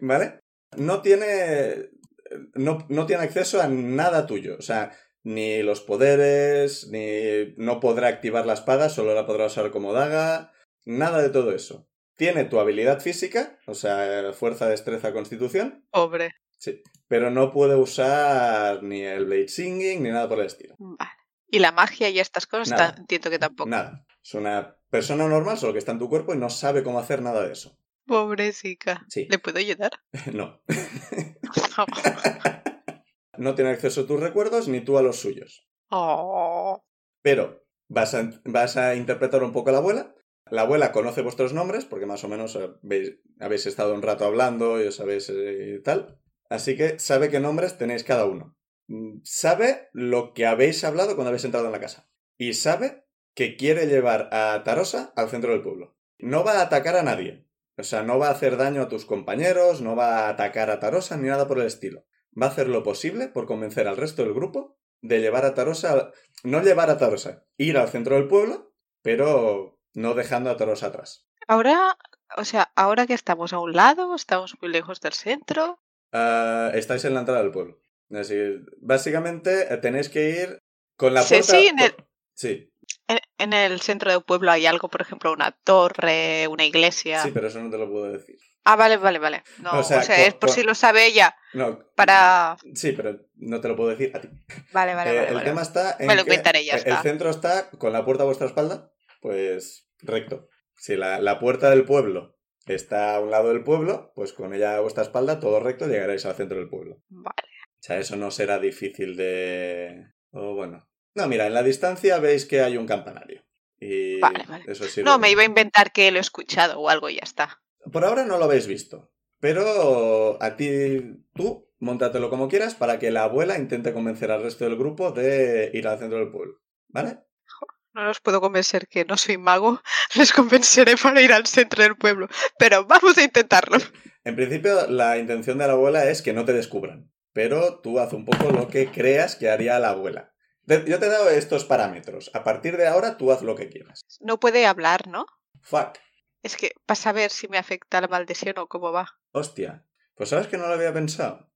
¿Vale? No tiene. No, no tiene acceso a nada tuyo. O sea, ni los poderes, ni. No podrá activar la espada, solo la podrá usar como daga. Nada de todo eso. Tiene tu habilidad física, o sea, fuerza, destreza, constitución, Pobre. pero no puede usar ni el Blade Singing ni nada por el estilo. Vale. Y la magia y estas cosas Nada. ta- entiendo que tampoco. Nada. Es una persona normal, solo que está en tu cuerpo y no sabe cómo hacer nada de eso. Pobre chica. Sí. ¿Le puedo ayudar? [LAUGHS] [LAUGHS] No. No tiene acceso a tus recuerdos ni tú a los suyos. oh. Pero vas a, vas a interpretar un poco a la abuela. La abuela conoce vuestros nombres, porque más o menos habéis, habéis estado un rato hablando y os habéis eh, tal. Así que sabe qué nombres tenéis cada uno. Mm, Sabe lo que habéis hablado cuando habéis entrado en la casa. Y sabe que quiere llevar a Tarosa al centro del pueblo. No va a atacar a nadie. O sea, no va a hacer daño a tus compañeros, no va a atacar a Tarosa ni nada por el estilo. Va a hacer lo posible por convencer al resto del grupo de llevar a Tarosa al- no llevar a Tarosa, ir al centro del pueblo, pero no dejando a Tarosa atrás. Ahora, o sea, ahora que estamos a un lado, estamos muy lejos del centro. Ah, estáis en la entrada del pueblo. Así, básicamente eh, tenéis que ir con la Sí, puerta. sí, en el- Sí, En, en el centro del pueblo hay algo, por ejemplo, una torre, una iglesia. sí, pero eso no te lo puedo decir. Ah, vale, vale, vale. No, O o sea, sea, por- es por por- si lo sabe ella. No. Para. Sí, pero no te lo puedo decir a ti. Vale, vale, Eh, vale. el vale. tema está en Me lo que inventaré, ya el está. centro está con la puerta a vuestra espalda, pues recto. Si la, la puerta del pueblo está a un lado del pueblo, pues con ella a vuestra espalda, todo recto, llegaréis al centro del pueblo. Vale. O sea, eso no será difícil de... O bueno. No, mira, en la distancia veis que hay un campanario. Y Vale, vale. eso sirve. No, me iba a inventar que lo he escuchado o algo y ya está. Por ahora no lo habéis visto. Pero a ti, tú, montatelo como quieras para que la abuela intente convencer al resto del grupo de ir al centro del pueblo. ¿Vale? No los puedo convencer que no soy mago. [LAUGHS] Les convenceré para ir al centro del pueblo. Pero vamos a intentarlo. En principio, la intención de la abuela es que no te descubran. Pero tú haz un poco lo que creas que haría la abuela. Te- Yo te he dado estos parámetros. A partir de ahora, tú haz lo que quieras. No puede hablar, ¿no? Fuck. Es que para saber si me afecta la maldición o cómo va. Hostia, pues sabes que no lo había [LAUGHS] pensado.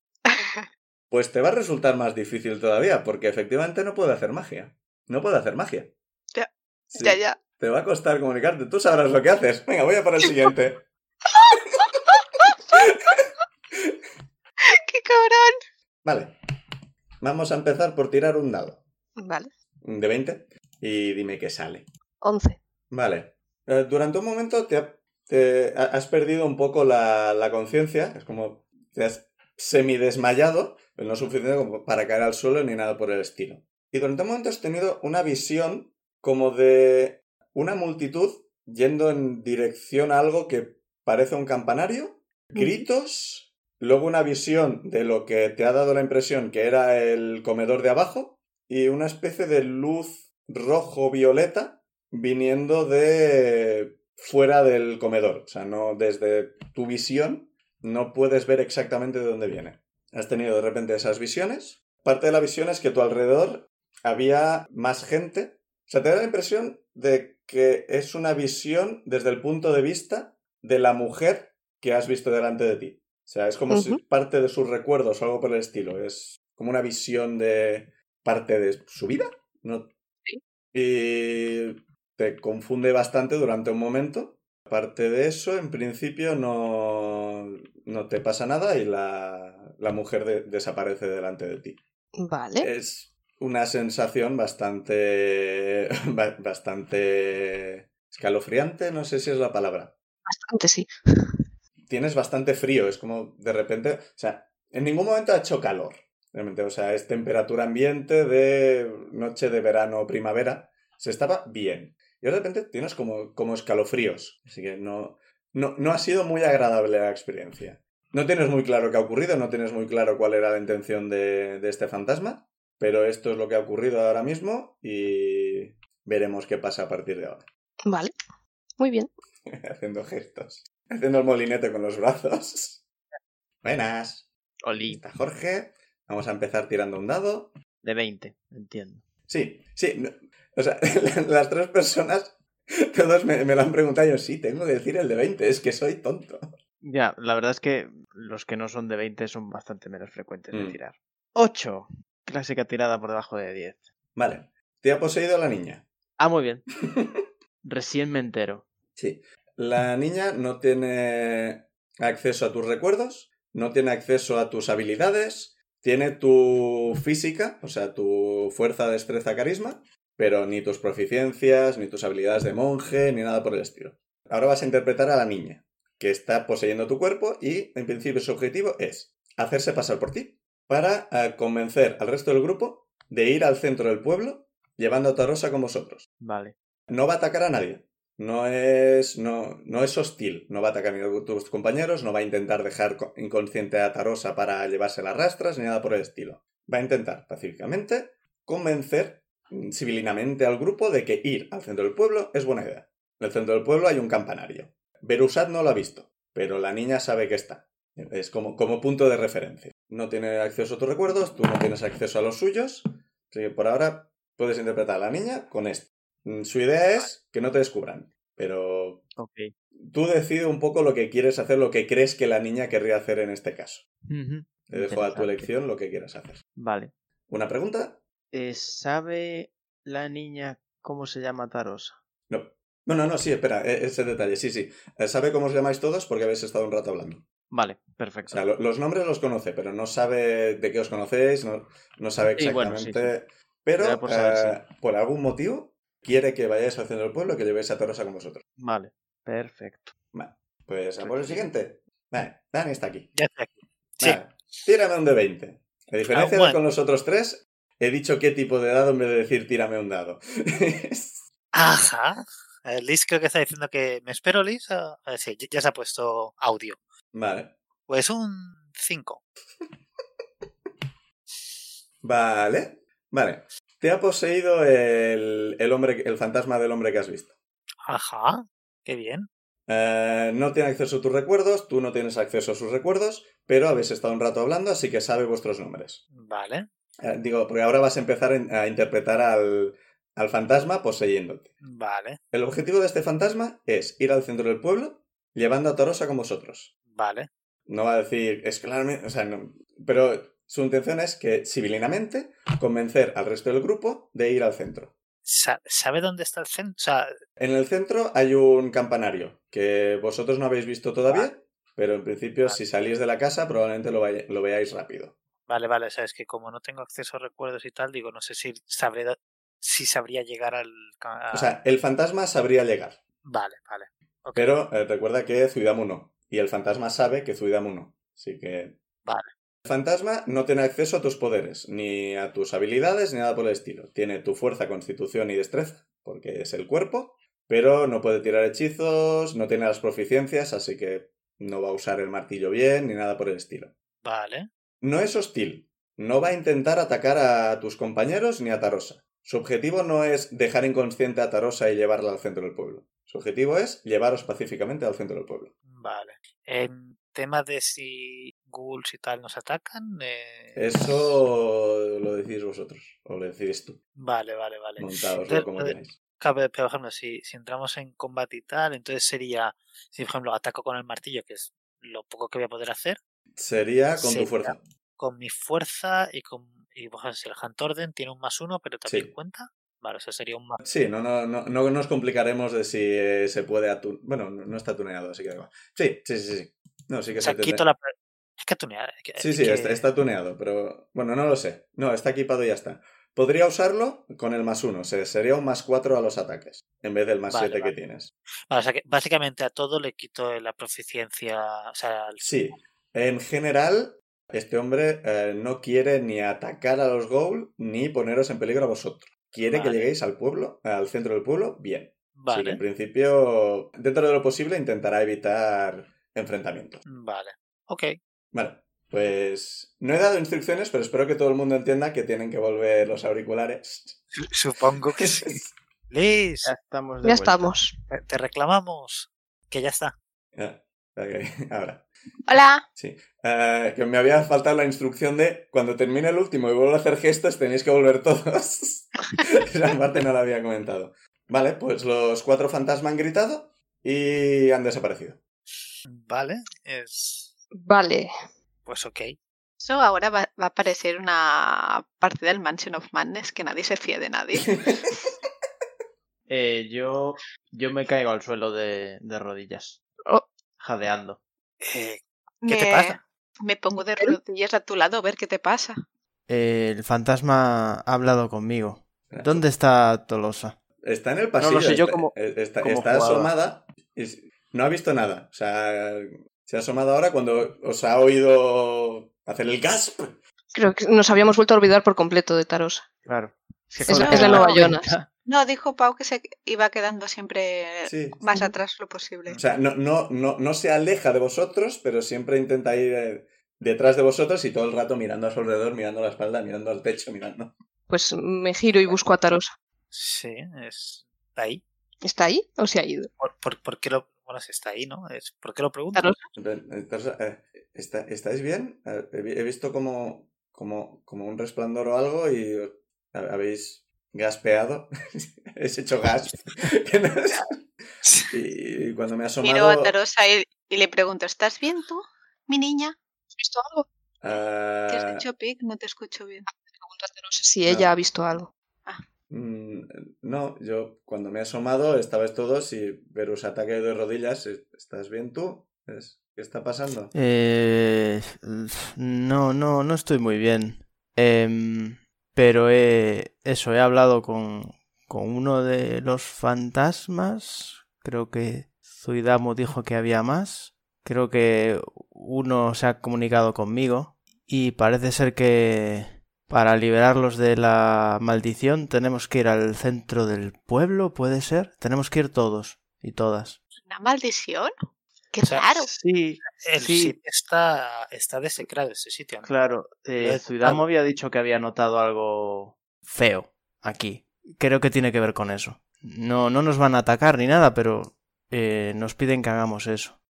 Pues te va a resultar más difícil todavía, porque efectivamente no puede hacer magia. No puede hacer magia. Ya, Sí, Ya, ya. Te va a costar comunicarte, tú sabrás lo que haces. Venga, voy a [LAUGHS] por el siguiente. ¡Qué cabrón! Vale, vamos a empezar por tirar un dado Vale. de 20 y dime qué sale. 11. Vale. Eh, durante un momento te, ha- te ha- has perdido un poco la, la conciencia. Es como te has semidesmayado, pero no suficiente como para caer al suelo ni nada por el estilo. Y durante un momento has tenido una visión como de una multitud yendo en dirección a algo que parece un campanario, gritos, luego una visión de lo que te ha dado la impresión que era el comedor de abajo y una especie de luz rojo-violeta viniendo de fuera del comedor. O sea, no desde tu visión no puedes ver exactamente de dónde viene. Has tenido de repente esas visiones. Parte de la visión es que a tu alrededor había más gente. O sea, te da la impresión de que es una visión desde el punto de vista de la mujer que has visto delante de ti. O sea, es como si Ujú. parte de sus recuerdos o algo por el estilo. Es como una visión de parte de su vida, No. Sí. Y te confunde bastante durante un momento. Aparte de eso, en principio no, no te pasa nada y la, la mujer de- desaparece delante de ti. Vale. Es una sensación bastante. [LAUGHS] ba- bastante. escalofriante, no sé si es la palabra. Bastante, sí. Tienes bastante frío, es como de repente. O sea, en ningún momento ha hecho calor. Realmente, o sea, es temperatura ambiente de noche de verano o primavera. Se estaba bien. Y de repente tienes como, como escalofríos. Así que no, no, no ha sido muy agradable la experiencia. No tienes muy claro qué ha ocurrido, no tienes muy claro cuál era la intención de, de este fantasma, pero esto es lo que ha ocurrido ahora mismo y veremos qué pasa a partir de ahora. Vale. Muy bien. Haciendo gestos, haciendo el molinete con los brazos. Buenas, Oli, está Jorge. Vamos a empezar tirando un dado. de 20, entiendo. Sí, sí. no- o sea, [LAUGHS] las tres personas, todos me, me lo han preguntado. Yo sí, tengo que decir el de 20, es que soy tonto. Ya, la verdad es que los que no son de 20 son bastante menos frecuentes de Mm. tirar. 8. Clásica tirada por debajo de 10. Vale, te ha poseído la niña. Ah, [LAUGHS] muy bien. Recién me entero. Sí. La niña no tiene acceso a tus recuerdos, no tiene acceso a tus habilidades, tiene tu física, o sea, tu fuerza, destreza, carisma, pero ni tus proficiencias, ni tus habilidades de monje, ni nada por el estilo. Ahora vas a interpretar a la niña, que está poseyendo tu cuerpo y, en principio, su objetivo es hacerse pasar por ti para eh, convencer al resto del grupo de ir al centro del pueblo llevando a Tarosa con vosotros. Vale. No va a atacar a nadie. No es, no, no es hostil. No va a atacar ni a tus compañeros, no va a intentar dejar co- inconsciente a Tarosa para llevarse las rastras, ni nada por el estilo. Va a intentar, pacíficamente, convencer mm, civilinamente al grupo de que ir al centro del pueblo es buena idea. En el centro del pueblo hay un campanario. Berusat no lo ha visto, pero la niña sabe que está. Es como, como punto de referencia. No tiene acceso a tus recuerdos, tú no tienes acceso a los suyos. Así que por ahora puedes interpretar a la niña con esto. Mm, Su idea es que no te descubran, pero Ok. tú decides un poco lo que quieres hacer, lo que crees que la niña querría hacer en este caso. Ujú. Te dejo a tu Interesante. elección lo que quieras hacer. Vale. ¿Una pregunta? Eh, ¿Sabe la niña cómo se llama Tarosa? No. No, no, no, sí, espera, e- ese detalle, sí, sí. Eh, Sabe cómo os llamáis todos porque habéis estado un rato hablando. Vale, O perfecto. sea, lo- los nombres los conoce, pero no sabe de qué os conocéis, no, no sabe Sí, bueno, exactamente. sí, Pero Era por saber, eh, por algún motivo quiere que vayáis al centro del pueblo y que llevéis a Tarosa con vosotros. Vale, perfecto. Vale, pues a por el siguiente. Vale, Dani está aquí. Ya estoy aquí. Sí, Vale, tírame un de 20. A diferencia Ah, bueno. de con los otros tres, he dicho qué tipo de dado en vez de decir tírame un dado. ajá. Eh, Liz creo que está diciendo que me espero, Liz. a- a ver, sí, ya- ya se ha puesto audio. vale. Pues un 5. Vale. Vale. Te ha poseído el, el hombre, el fantasma del hombre que has visto. Ajá, qué bien. Eh, no tiene acceso a tus recuerdos, tú no tienes acceso a sus recuerdos, pero habéis estado un rato hablando, así que sabe vuestros nombres. Vale, Eh, digo, porque ahora vas a empezar en- a interpretar al, al fantasma poseyéndote. vale, El objetivo de este fantasma es ir al centro del pueblo llevando a Torosa con vosotros. vale. No va a decir, es claramente, o sea, no- pero su intención es que civilinamente convencer al resto del grupo de ir al centro. Sa- ¿Sabe dónde está el centro? O sea, En el centro hay un campanario que vosotros no habéis visto todavía, pero en principio si salís de la casa probablemente lo, vaya- lo veáis rápido. Vale, vale, o sea, es que como no tengo acceso a recuerdos y tal, digo, no sé si sabré do- si sabría llegar al... ca- a- O sea, el fantasma sabría llegar, vale, vale. ok, pero eh, recuerda que Zuidamu no, y el fantasma sabe que Zuidamu no, así que... Vale. El fantasma no tiene acceso a tus poderes, ni a tus habilidades, ni nada por el estilo. Tiene tu fuerza, constitución y destreza, porque es el cuerpo, pero no puede tirar hechizos, no tiene las proficiencias, así que no va a usar el martillo bien, ni nada por el estilo. Vale, No es hostil, no va a intentar atacar a tus compañeros ni a Tarosa. Su objetivo no es dejar inconsciente a Tarosa y llevarla al centro del pueblo. Su objetivo es llevaros pacíficamente al centro del pueblo. vale. En tema de si ghouls y tal nos atacan... eh, Eso lo decís vosotros, o lo decís tú. Vale, vale, vale. Montadoslo como Eh, queráis. Cabe- Pero, por ejemplo, si, si entramos en combate y tal, entonces sería, si por ejemplo ataco con el martillo, que es lo poco que voy a poder hacer, Sería con tu Sería. fuerza. con mi fuerza y con Y vamos si el Hantorden tiene un más uno, pero también Sí. cuenta. Vale, eso sería un más. Sí, no, no, no, no nos complicaremos de si eh, se puede atun... Bueno, no no está tuneado, así que da igual. Sí, sí, sí, sí. No, sí que O sea, se te- quito la. pre- Es que tunear. es que- Sí, es sí, que- está, está tuneado, pero bueno, no lo sé. No, está equipado y ya está. Podría usarlo con el más uno, se- sería un más cuatro a los ataques, en vez del más Vale, siete vale. que tienes. Vale, o sea, que básicamente a todo le quito la proficiencia. O sea, el- Sí, en general, este hombre eh, no quiere ni atacar a los Ghoul ni poneros en peligro a vosotros. Quiere que Vale. lleguéis al pueblo, al centro del pueblo, bien. Así que, vale. en principio, dentro de lo posible, intentará evitar enfrentamientos. Vale. Ok. Vale, pues no he dado instrucciones, pero espero que todo el mundo entienda que tienen que volver los auriculares. [LAUGHS] Supongo que sí. Liz, Ya estamos de Ya vuelta. estamos. te- te reclamamos. Que ya está. Ah, ok, Ahora, Hola. sí. Eh, que me había faltado la instrucción de cuando termine el último y vuelvo a hacer gestos, tenéis que volver todos. [LAUGHS] Esa parte no la había comentado. Vale, pues los cuatro fantasmas han gritado y han desaparecido. [LAUGHS] Vale. Es. Vale. Pues ok. Eso ahora va, va a aparecer una parte del Mansion of Madness que nadie se fía de nadie. [LAUGHS] Eh, yo, yo me caigo al suelo de, de rodillas. Oh. Jadeando. Eh, me, te pasa? Me pongo de rodillas a tu lado a ver qué te pasa. Eh, el fantasma ha hablado conmigo. Espera. ¿Dónde está Tolosa? Está en el pasillo. No lo sé, yo está- eh, como- está, como está jugaba. asomada. y s- no ha visto nada. O sea, se ha asomado ahora cuando os ha oído hacer el gasp. Creo que nos habíamos vuelto a olvidar por completo de Tarosa. Claro. Es, con la- la- es la Nueva York. Jonas. No, dijo Pau que se iba quedando siempre Sí. más atrás lo posible. O sea, no, no, no, no se aleja de vosotros, pero siempre intenta ir eh, detrás de vosotros y todo el rato mirando a su alrededor, mirando a la espalda, mirando al techo, mirando. Pues me giro y busco a Tarosa. Sí, es. Está ahí. ¿Está ahí o se ha ido? ¿Por, por, por qué lo.? Bueno, si está ahí, ¿no? Es, ¿Por qué lo pregunto? Tarosa. Entonces, eh, ¿está- ¿estáis bien? Eh, He vi- he visto como, como, como un resplandor o algo y os- ha- habéis gaspeado. [LAUGHS] Habéis hecho gas. [LAUGHS] y cuando me he Miro a asomado... Tarosa y, y le pregunto, ¿estás bien tú, mi niña? ¿Has visto algo? ah, ¿Qué has dicho, Pig? No te escucho bien. Pregunto a Tarosa si ella No. ha visto algo. Mm, No, yo cuando me he asomado estabais todos y Verus ha caído de rodillas. ¿Estás bien tú? Es- ¿Qué está pasando? Eh, no, no, no estoy muy bien. Em, pero he, eso, he hablado con, con uno de los fantasmas. Creo que Zuidamo dijo que había más. Creo que uno se ha comunicado conmigo. Y parece ser que para liberarlos de la maldición tenemos que ir al centro del pueblo, ¿puede ser? Tenemos que ir todos y todas. ¿Una maldición? ¡Qué O sea, raro! Sí, El Sí. sitio está, está desecrado ese sitio. ¿no? claro. Eh, Eh, Zuidamo había dicho que había notado algo. feo aquí. Creo que tiene que ver con eso. No, no nos van a atacar ni nada, pero eh, nos piden que hagamos eso.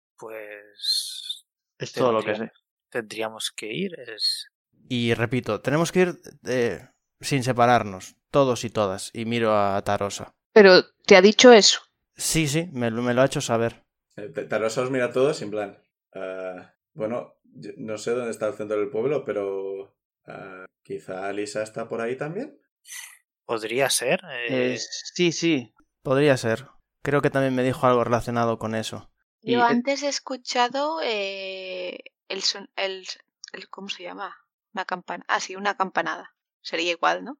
Pues. Es todo lo que sé. tendría- Tendríamos que ir. Es... Y repito, tenemos que ir eh, sin separarnos, todos y todas. Y miro a Tarosa. Pero te ha dicho eso. Sí, sí, me, lo- me lo ha hecho saber. Eh, T- Tarosa os mira a todos en plan. ah, bueno, yo no sé dónde está el centro del pueblo, pero ah, quizá Alisa está por ahí también. Podría ser. eh, Eh, sí, sí. Podría ser. Creo que también me dijo algo relacionado con eso. Y, Yo eh, antes he escuchado eh, el, son- el, el- ¿Cómo se llama? Una campana. Ah, sí, una campanada. Sería igual, ¿no?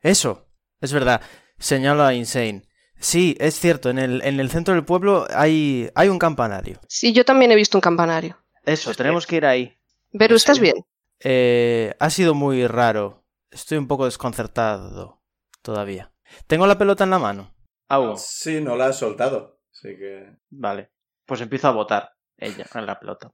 Eso, es verdad. Señalo a Insane. Sí, es cierto, en el, en el centro del pueblo hay, hay un campanario. Sí, yo también he visto un campanario. Eso, Hostia. tenemos que ir ahí. Pero ¿En ¿estás serio? bien? Eh, ha sido muy raro. Estoy un poco desconcertado todavía. Tengo la pelota en la mano. Au. Ah, Sí, no la has soltado. Así que. Vale. Pues empiezo a votar ella en la pelota.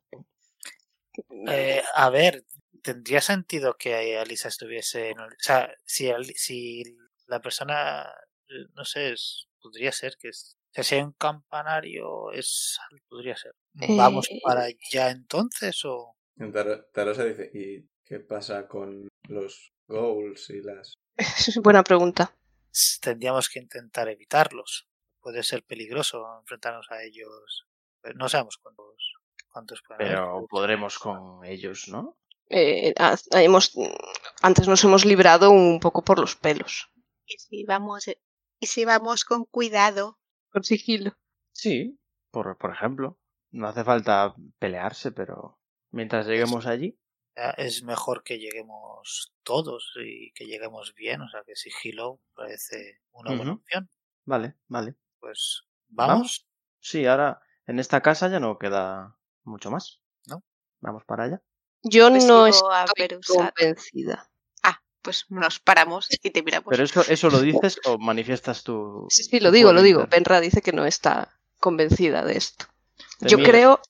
eh, a ver, tendría sentido que Alisa estuviese. en el- O sea, si, Al- si la persona. eh, No sé, es- podría ser que. Es... o sea, si hay un campanario, es. Podría ser. ¿Vamos Eh, para allá entonces o.? Tar- Tarosa dice: ¿Y qué pasa con los goals y las.? [LAUGHS] Buena pregunta. tendríamos que intentar evitarlos. Puede ser peligroso enfrentarnos a ellos. Pero No sabemos cuántos, cuántos pueden haber. Pero podremos con ellos, ¿no? eh, ha- hemos, antes nos hemos librado un poco por los pelos. Y si vamos, eh, y si vamos con cuidado. Con sigilo. Sí, por, por ejemplo. No hace falta pelearse, pero mientras lleguemos allí. Ya, Es mejor que lleguemos todos y que lleguemos bien, o sea que sigilo parece una buena Ujú. opción. Vale, vale. Pues vamos. Sí, ahora en esta casa ya no queda mucho más. ¿No? Vamos para allá. Yo Pues no sigo a estoy Berusat. convencida. Pues nos paramos y te miramos. Pero eso, [LAUGHS] eso lo dices o manifiestas tu. Pues Sí, sí, lo digo, lo digo. Puedo Benra dice que no está convencida de esto. Te Yo miro. creo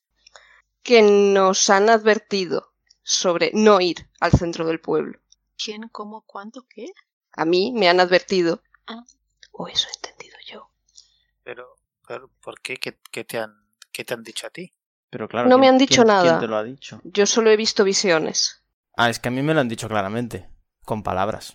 que nos han advertido sobre no ir al centro del pueblo. ¿Quién, cómo, cuánto, qué? A mí me han advertido. Ah. O eso he entendido yo. Pero, pero ¿por qué? ¿Qué, qué te han, ¿Qué te han dicho a ti? Pero claro, No me ¿quién- han dicho quién- ¿Quién nada. te lo ha dicho? Yo solo he visto visiones. Ah, es que a mí me lo han dicho claramente, con [LAUGHS] palabras.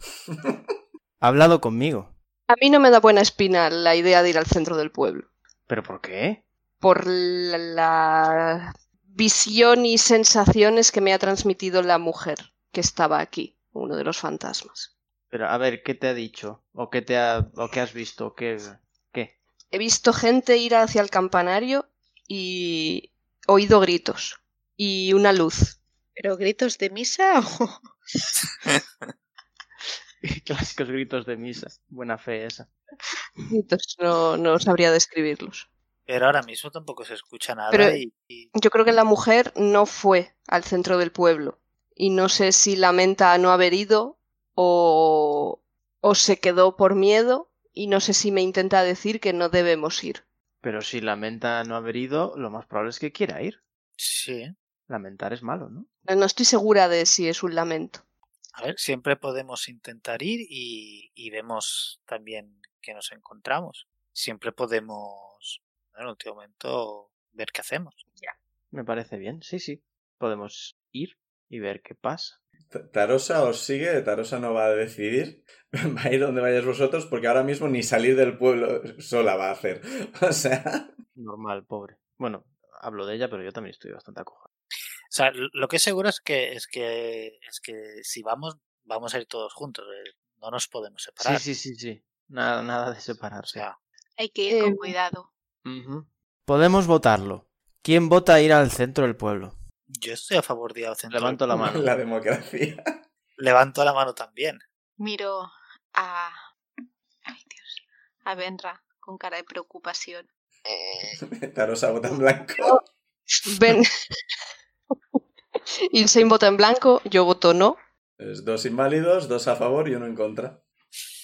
Ha hablado conmigo. A mí no me da buena espina la idea de ir al centro del pueblo. ¿Pero por qué? Por la, la visión y sensaciones que me ha transmitido la mujer que estaba aquí, uno de los fantasmas. Pero a ver, ¿qué te ha dicho? ¿O qué, te ha... ¿O qué has visto? ¿Qué... [LAUGHS] ¿Qué? He visto gente ir hacia el campanario y oído gritos y una luz. [LAUGHS] ¿Pero gritos de misa o...? Clásicos gritos de misa. Buena fe esa. Gritos, no, no sabría describirlos. Pero ahora mismo tampoco se escucha nada Pero- y, y- Yo creo que la mujer no fue al centro del pueblo y no sé si lamenta no haber ido o, o se quedó por miedo y no sé si me intenta decir que no debemos ir. Pero si lamenta no haber ido, lo más probable es que quiera ir. sí. Lamentar es malo, ¿no? No estoy segura de si es un lamento. A ver, siempre podemos intentar ir y, y vemos también que nos encontramos. Siempre podemos, en último momento, ver qué hacemos. Me parece bien, sí, sí. Podemos ir y ver qué pasa. T- Tarosa os sigue, Tarosa no va a decidir, [LAUGHS] va a ir donde vayáis vosotros porque ahora mismo ni salir del pueblo sola va a hacer. [LAUGHS] O sea, Normal, pobre. Bueno, hablo de ella, pero yo también estoy bastante acojado. O sea, l- lo que es seguro es que, es que, es que si vamos, vamos a ir todos juntos. eh, No nos podemos Sí, separar. sí, sí, sí. Nada, nada de O separarse. sea, Hay que ir con Eh, cuidado. Ujú. Podemos votarlo. ¿Quién vota ir al centro del pueblo? yo estoy a favor de ir al centro. Levanto la mano. [LAUGHS] la democracia. [LAUGHS] Levanto la mano también. [LAUGHS] Miro a... Ay, Dios. A Benra con cara de preocupación. Tarosa vota en blanco. Ven. [LAUGHS] Insane vota en blanco, yo voto no. Es dos inválidos, dos a favor y uno en contra.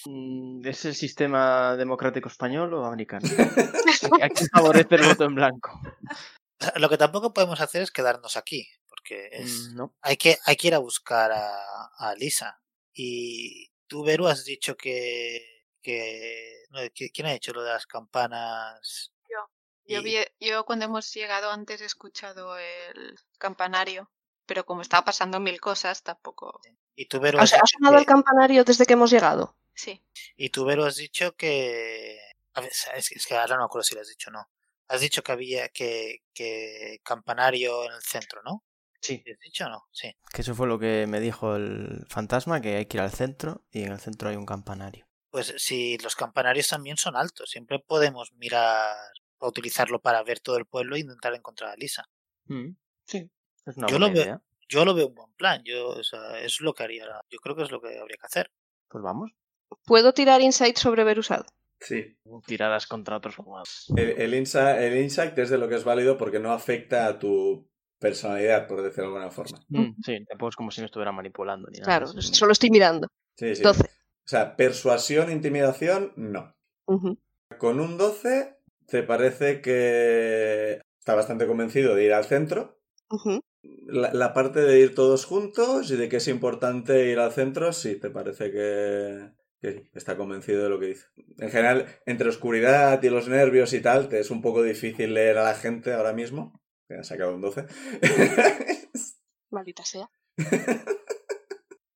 Mm, ¿Es el sistema democrático español [LAUGHS] o americano? Aquí favorece el voto en blanco. O sea, Lo que tampoco podemos hacer es quedarnos aquí, porque es, Mm, No. hay que, hay que ir a buscar a, a Lisa. Y tú, Beru, has dicho que. que no, ¿qui- ¿Quién ha hecho lo de las campanas? Yo, Y- vi- yo cuando hemos llegado antes he escuchado el campanario, pero como estaba pasando mil cosas, tampoco... Y tú, Beru, O has sea, ¿ha dicho sonado el que- campanario desde que hemos llegado? Sí. y tú, Beru, has dicho que. A ver, es, es que ahora no me acuerdo si lo has dicho o no. Has dicho que había que, que campanario en el centro, ¿no? Sí. ¿Has dicho o no? Sí. Que eso fue lo que me dijo el fantasma, que hay que ir al centro y en el centro hay un campanario. Pues si los campanarios también son altos, siempre podemos mirar o utilizarlo para ver todo el pueblo e intentar encontrar a Lisa. Mm, Sí. Es una Yo buena lo veo- idea. Yo lo veo un buen plan, yo o sea, es lo que haría, yo creo que es lo que habría que hacer. Pues vamos. ¿Puedo tirar insight sobre Berusad? Sí. Tiradas contra otros jugadores. Eh, El, el insa- el insight es de lo que es válido porque no afecta a tu personalidad, por decirlo de alguna forma. Mm, Sí, tampoco es como si me estuviera manipulando ni nada. Claro, Sí. solo estoy mirando. Sí, sí. 12. O sea, persuasión, intimidación, no. Ujú. Con un 12, te parece que está bastante convencido de ir al centro. Ujú. La, la parte de ir todos juntos y de que es importante ir al centro, sí, te parece que, que está convencido de lo que dice. En general, entre oscuridad y los nervios y tal, te es un poco difícil leer a la gente ahora mismo. Te han sacado un [LAUGHS] 12. Maldita sea. [LAUGHS]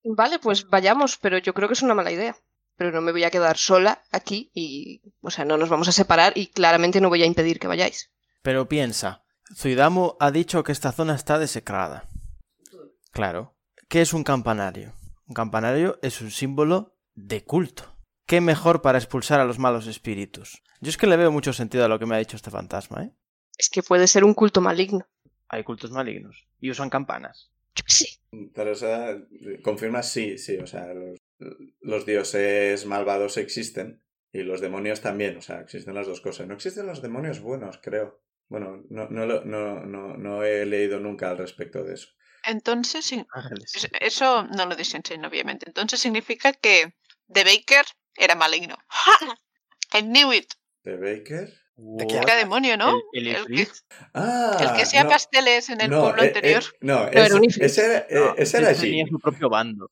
vale, pues vayamos, pero yo creo que es una mala idea. Pero no me voy a quedar sola aquí y, o sea, no nos vamos a separar y claramente no voy a impedir que vayáis. Pero piensa, Zuidamu ha dicho que esta zona está desecrada. Claro, ¿Qué es un campanario? Un campanario es un símbolo de culto. ¿Qué mejor para expulsar a los malos espíritus? Yo es que le veo mucho sentido a lo que me ha dicho este fantasma, ¿eh? Es que puede ser un culto maligno. Hay cultos malignos y usan campanas. Yo qué sé. Teresa confirma sí, sí, o sea, los, los dioses malvados existen y los demonios también, o sea, existen las dos cosas. No existen los demonios buenos, creo. Bueno, no, no, lo- no, no, no he leído nunca al respecto de eso. Entonces, sin- Ángeles. es- eso no lo dicen obviamente. Entonces significa que The Baker era maligno. ¡Ja! I knew it. ¿De Baker? ¿De qué What? Era demonio, ¿no? El, el El que- Ifrit. Ah, el que hacía no, pasteles en el no, pueblo eh, eh, anterior. no, era ese- un ifrit. ese era, eh, No, ese era ese tenía Jin. su propio bando.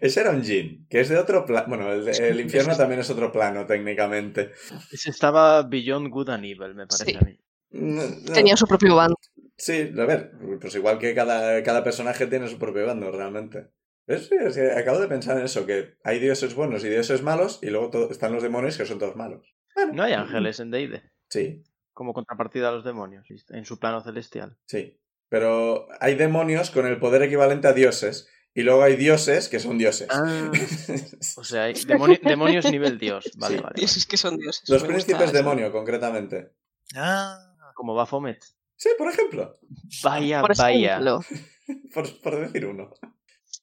Ese era un Jin, que es de otro plano. Bueno, el, [LAUGHS] el infierno también es otro plano, técnicamente. Ese estaba Beyond Good and Evil, me parece Sí. a mí. Mm, No, no. Tenía su propio [LAUGHS] bando. Sí, a ver, pues igual que cada, cada personaje tiene su propio bando, realmente. Es, sí, es que acabo de pensar en eso, que hay dioses buenos y dioses malos, y luego to- están los demonios que son todos malos. Bueno, No hay ángeles en Deide, Sí, como contrapartida a los demonios, en su plano celestial. sí. Pero hay demonios con el poder equivalente a dioses, y luego hay dioses que son dioses. Ah. [LAUGHS] o sea, hay demoni- demonios nivel dios. Vale, Sí. vale, vale. Dioses que son dioses. Los Me gusta príncipes eso. demonio, concretamente. Ah, Como Baphomet. Sí, por ejemplo, Vaya, Por Ah, vaya. ejemplo, por, por decir uno.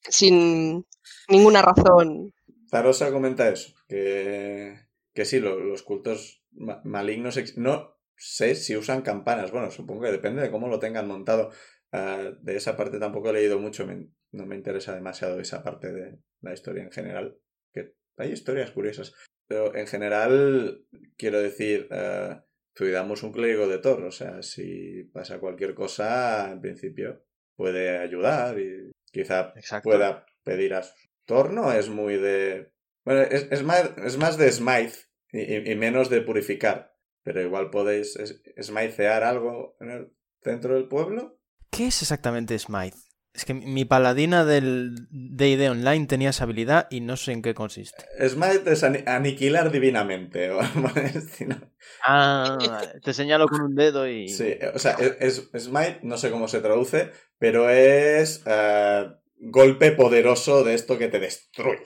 sin ninguna razón. Tarosa comenta eso, que, que sí, lo- los cultos ma- malignos ex- no sé si usan campanas, bueno, supongo que depende de cómo lo tengan montado. Ah, de esa parte tampoco he leído mucho, me- no me interesa demasiado esa parte de la historia en general, que hay historias curiosas, pero en general quiero decir, ah, cuidamos un clérigo de Thor, o sea, si pasa cualquier cosa, en principio puede ayudar y quizá Exacto. pueda pedir a su torno es muy de. Bueno, es, es más, es más de smite y, y- y menos de purificar. Pero igual podéis es- smitear algo en el centro del pueblo. ¿Qué es exactamente Smite? Es que mi paladina del D&D Online tenía esa habilidad y no sé en qué consiste. Smite es ani- aniquilar divinamente. [LAUGHS] o algo por el estilo. Ah, vale. te señalo con un dedo y. Sí, o sea, es, es- smite, no sé cómo se traduce, pero es eh, golpe poderoso de esto que te destruye.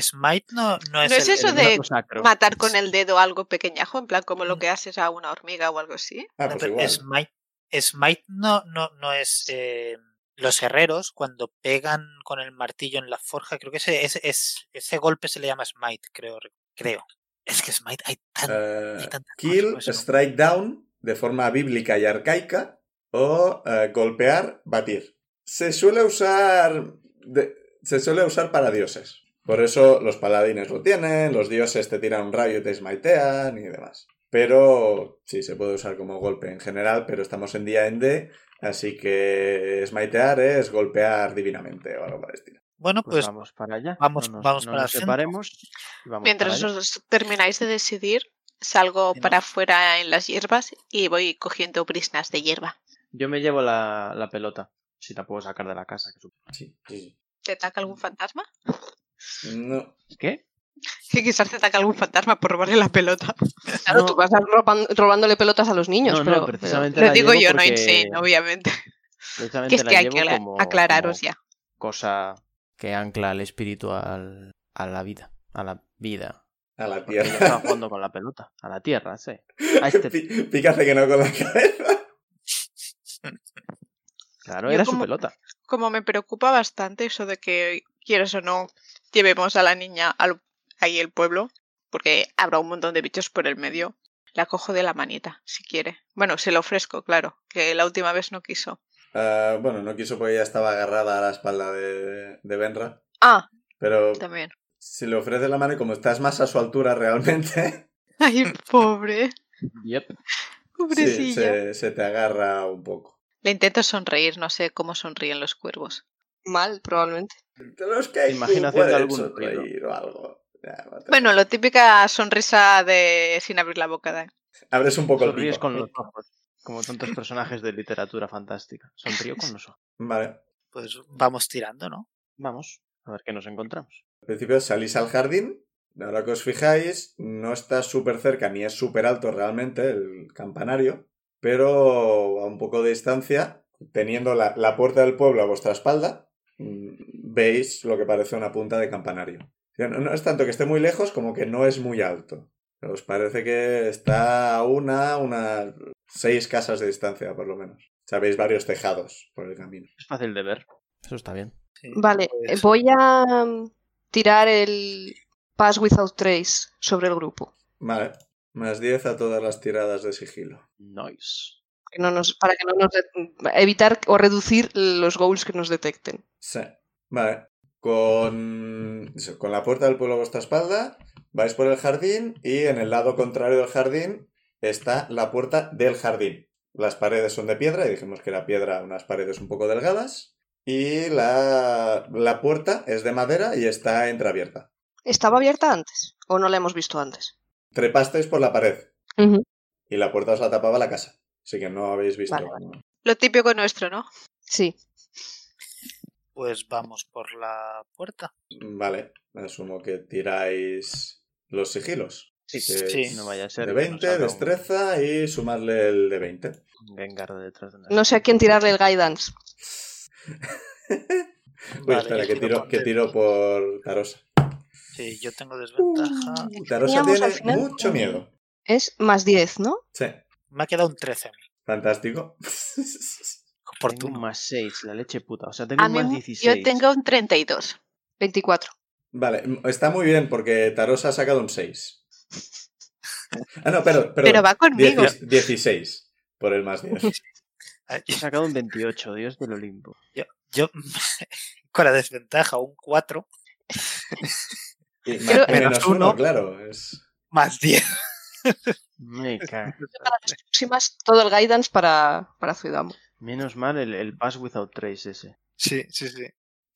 Smite no, no es, No es el- eso el- de- brazo sacro. Matar con el dedo algo pequeñajo, en plan como Mm. lo que haces a una hormiga o algo así. Ah, no, pues pero igual. Smite, Smite no, no, no es eh, los herreros cuando pegan con el martillo en la forja. Creo que ese, ese, es- ese golpe se le llama Smite, creo. creo. Es que Smite hay tan- Eh, hay tantas kill, cosas, ¿no? strike down, de forma bíblica y arcaica, o eh, golpear, batir. Se suele usar. de- se suele usar para dioses. Por eso los paladines lo tienen, los dioses te tiran un rayo y te smitean y demás. Pero sí, se puede usar como golpe en general, pero estamos en día en D, así que smitear es golpear divinamente o algo por el estilo. Bueno, Pues, pues vamos para allá. vamos- No nos- vamos no para nos el centro. separemos. y vamos Mientras para allá. os termináis de decidir, salgo Sí, ¿no? para afuera en las hierbas y voy cogiendo brisnas de hierba. Yo me llevo la, la pelota, si la puedo sacar de la casa. que sup- Sí, sí, ¿Te ataca Mm. algún fantasma? [LAUGHS] sí. No, ¿Qué? Que quizás te ataca algún fantasma por robarle la pelota. Claro, No. tú vas roban- robándole pelotas a los niños, no, pero, no, pero- precisamente Lo la digo llevo yo, no porque- insane, obviamente. precisamente Que es la que hay llevo que acla- como- aclararos como ya. Cosa Que ancla el espíritu al- a la vida. A la vida. a la Porque no estaba tierra. jugando con la pelota, a la tierra, sí. A [LAUGHS] este... Pi- Pícate que no con la cabeza. Claro, Yo era su como- pelota. Como me preocupa bastante eso de que, quieras o no, llevemos a la niña al, ahí al pueblo, porque habrá un montón de bichos por el medio, la cojo de la manita, si quiere. Bueno, se lo ofrezco, claro, que la última vez no quiso. Ah, bueno, no quiso porque ya estaba agarrada a la espalda de, de Benra. Ah, Pero también. si le ofreces la mano y como estás más a su altura realmente, [LAUGHS] [LAUGHS] Ay, pobre, Yep. sí, pobrecilla. se, se te agarra un poco. Le intento sonreír, no sé cómo sonríen los cuervos. mal, probablemente. Te los que hay Imagino tú puedes haciendo algún sonreír o algo. Ya, no te- Bueno, la típica sonrisa de sin abrir la boca. de- Abres un poco el Sonríes pico. con los ojos, como tantos personajes de literatura fantástica. Sonrío con los ojos. Vale. pues vamos tirando, ¿no? Vamos, a ver qué nos encontramos. Al principio salís al jardín. Ahora que os fijáis, no está súper cerca ni es súper alto realmente el campanario, pero a un poco de distancia, teniendo la, la puerta del pueblo a vuestra espalda, mm, veis lo que parece una punta de campanario. O sea, No, no es tanto que esté muy lejos como que no es muy alto. Os parece que está a una, unas seis casas de distancia, por lo menos. Sabéis varios tejados por el camino. Es fácil de ver. Eso está bien. Sí, Vale, pues, eh, voy a mm, tirar el Pass Without Trace sobre el grupo. Vale. Más 10 a todas las tiradas de sigilo. Nice. Que no nos, para que no nos de- evitar o reducir los goals que nos detecten. Sí. Vale. Con, eso, con la puerta del pueblo a vuestra espalda, vais por el jardín y en el lado contrario del jardín está la puerta del jardín. Las paredes son de piedra y dijimos que era piedra, unas paredes un poco delgadas. Y la, la puerta es de madera y está entreabierta. ¿Estaba abierta antes o no la hemos visto antes? Trepasteis por la pared y la puerta os la tapaba la casa. Así que no habéis visto. Vale, Lo típico nuestro, ¿no? Sí. pues vamos por la puerta. Vale, asumo que tiráis los sigilos. Sí, que sí, es no vaya a ser De que nos 20, haga un- destreza y sumarle el de 20. Un Gengar detrás de nosotros. No sé a quién tirarle el guidance. Uy, Vale, espera, yo que giro tiro, con que Ted. tiro por Tarosa. Sí, yo tengo desventaja. Mm. Tarosa Teníamos al tiene final- mucho miedo. Es más 10, ¿no? Sí, Me ha quedado un 13 a mí. fantástico. [LAUGHS] Por Tengo un más 6, la leche puta. O sea, tengo A un mí más mu- 16. yo tengo un 32. 24. Vale, está muy bien porque Tarosa ha sacado un 6. Ah, no, perdón, perdón. Pero va conmigo. Dieci- 16 por el más 10. He sacado un 28, Dios del Olimpo. [LAUGHS] Yo, [LAUGHS] con la desventaja, un 4 Y más Creo- que menos Menos uno, uno. claro. es- más 10. Me cago. Para las próximas, todo el guidance para, para Zuidamo. Menos mal el, el Pass Without Trace ese. [LAUGHS] Sí, sí, sí.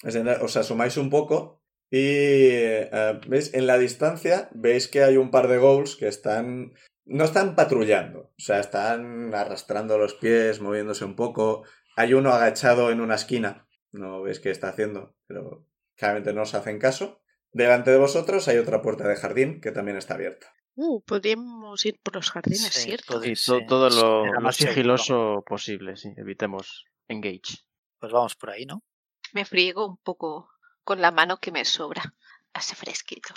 Es decir, os asomáis un poco y eh, veis en la distancia veis que hay un par de goals que están no están patrullando, o sea, están arrastrando los pies, moviéndose un poco. Hay uno agachado en una esquina, no veis qué está haciendo, pero claramente no os hacen caso. Delante de vosotros hay otra puerta de jardín que también está abierta. Uh, podríamos ir por los jardines, Sí, ¿cierto? podría- Sí, Pues to- sí, todo sí, lo, era lo más seguro. sigiloso posible, sí. Evitemos engage. Pues vamos por ahí, ¿no? Me friego un poco con la mano que me sobra. Hace fresquito.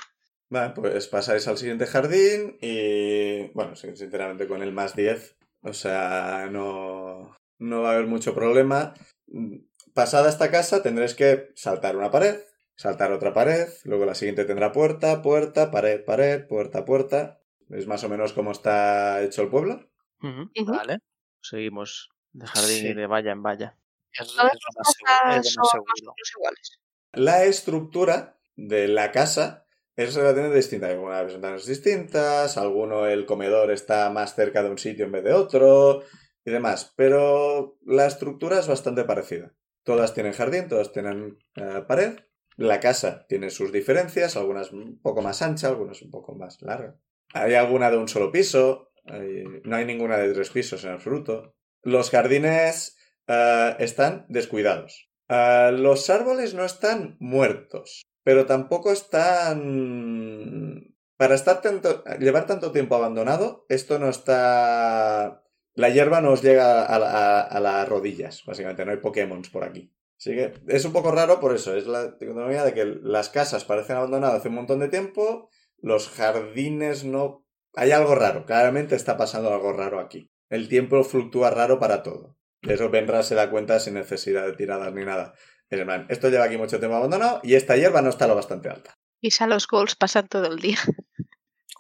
Vale, pues pasáis al siguiente jardín y, bueno, sin- sinceramente con el más 10, o sea, no, no va a haber mucho problema. Mm, Pasada esta casa tendréis que saltar una pared, saltar otra pared, luego la siguiente tendrá puerta, puerta, pared, pared, puerta, puerta. ¿Veis más o menos cómo está hecho el pueblo? Vale. Seguimos de jardín Sí. y de valla en valla. Es, es lo Todas más seguro. Es son lo más más o seguro. menos iguales. La estructura de la casa es relativamente distinta. Hay algunas ventanas distintas, alguno el comedor está más cerca de un sitio en vez de otro y demás. Pero la estructura es bastante parecida. Todas tienen jardín, todas tienen eh, pared. La casa tiene sus diferencias, algunas un poco más ancha, algunas un poco más larga. Hay alguna de un solo piso, hay- no hay ninguna de tres pisos en absoluto. Los jardines eh, están descuidados. Ah, los árboles no están muertos, pero tampoco están... Para estar tanto- llevar tanto tiempo abandonado, esto no está... La hierba no os llega a, la- a las rodillas, básicamente, no hay Pokémon por aquí. Así que es un poco raro por eso, es la economía de que las casas parecen abandonadas hace un montón de tiempo, los jardines no... Hay algo raro, claramente está pasando algo raro aquí. El tiempo fluctúa raro para todo. De eso Benra se da cuenta sin necesidad de tiradas ni nada. Es en plan, esto lleva aquí mucho tiempo abandonado y esta hierba no está lo bastante alta. Quizá los goals pasan todo el día.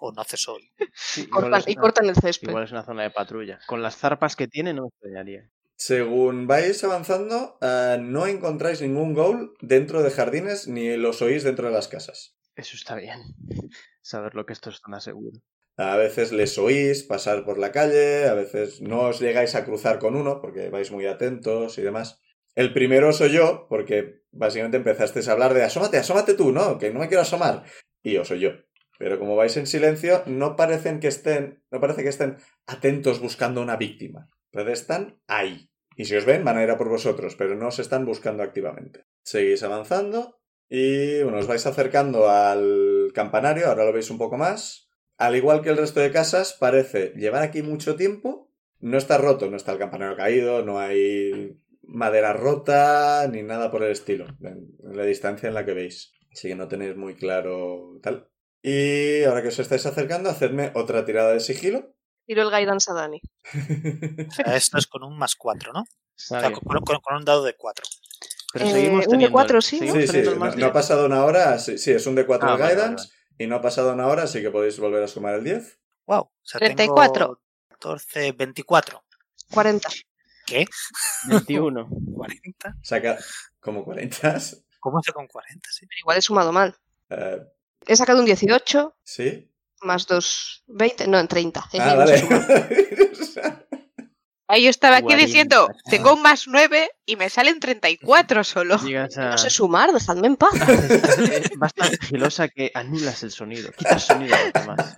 O no hace sol. [LAUGHS] Sí, igual, Cortan- es y una, cortan el césped. igual es una zona de patrulla. Con las zarpas que tiene no me extrañaría. Según vais avanzando, eh, no encontráis ningún goal dentro de jardines ni los oís dentro de las casas. Eso está bien. [LAUGHS] Saber lo que esto es zona segura. A veces les oís pasar por la calle, a veces no os llegáis a cruzar con uno porque vais muy atentos y demás. El primero soy yo, porque básicamente empezasteis a hablar de asómate, asómate tú, ¿no? Que no me quiero asomar. Y yo soy yo. Pero como vais en silencio, no parecen que estén, no parece que estén atentos buscando una víctima. Pero están ahí. Y si os ven, van a ir a por vosotros, pero no os están buscando activamente. Seguís avanzando y, bueno, os vais acercando al campanario, ahora lo veis un poco más. Al igual que el resto de casas, parece llevar aquí mucho tiempo. No está roto, no está el campanario caído, no hay madera rota ni nada por el estilo, en en la distancia en la que veis. Así que no tenéis muy claro tal. Y ahora que os estáis acercando, hacedme otra tirada de sigilo. [LAUGHS] Tiro el guidance a Dani. O sea, esto es con un más 4, ¿no? O Está sea, bien. con, con- con un dado de 4. Pero Eh, seguimos un de teniendo. el- cuatro, sí, ¿no? seguimos Sí, sí, teniendo el no, más no ha directo. pasado una hora, sí, sí, es un D4 Ah, el vale, guidance, vale, y no ha pasado una hora, así que podéis volver a sumar el 10. Wow. O sea, 34. Tengo 14, [LAUGHS] 24. 40. [LAUGHS] 21. 40. Saca como 40. ¿Cómo hace con 40? Sí. Igual he sumado mal. [LAUGHS] Eh, He sacado un 18 ¿Sí? más 2, 20. No, en 30. Eh, Ah, no vale. sé sumar. [LAUGHS] Ahí yo estaba aquí Guarita. diciendo, tengo un más 9 y me salen 34 solo. Llegas a... No sé sumar, dejadme en paz. Vas tan sigilosa que anulas el sonido. Quitas sonido a los demás.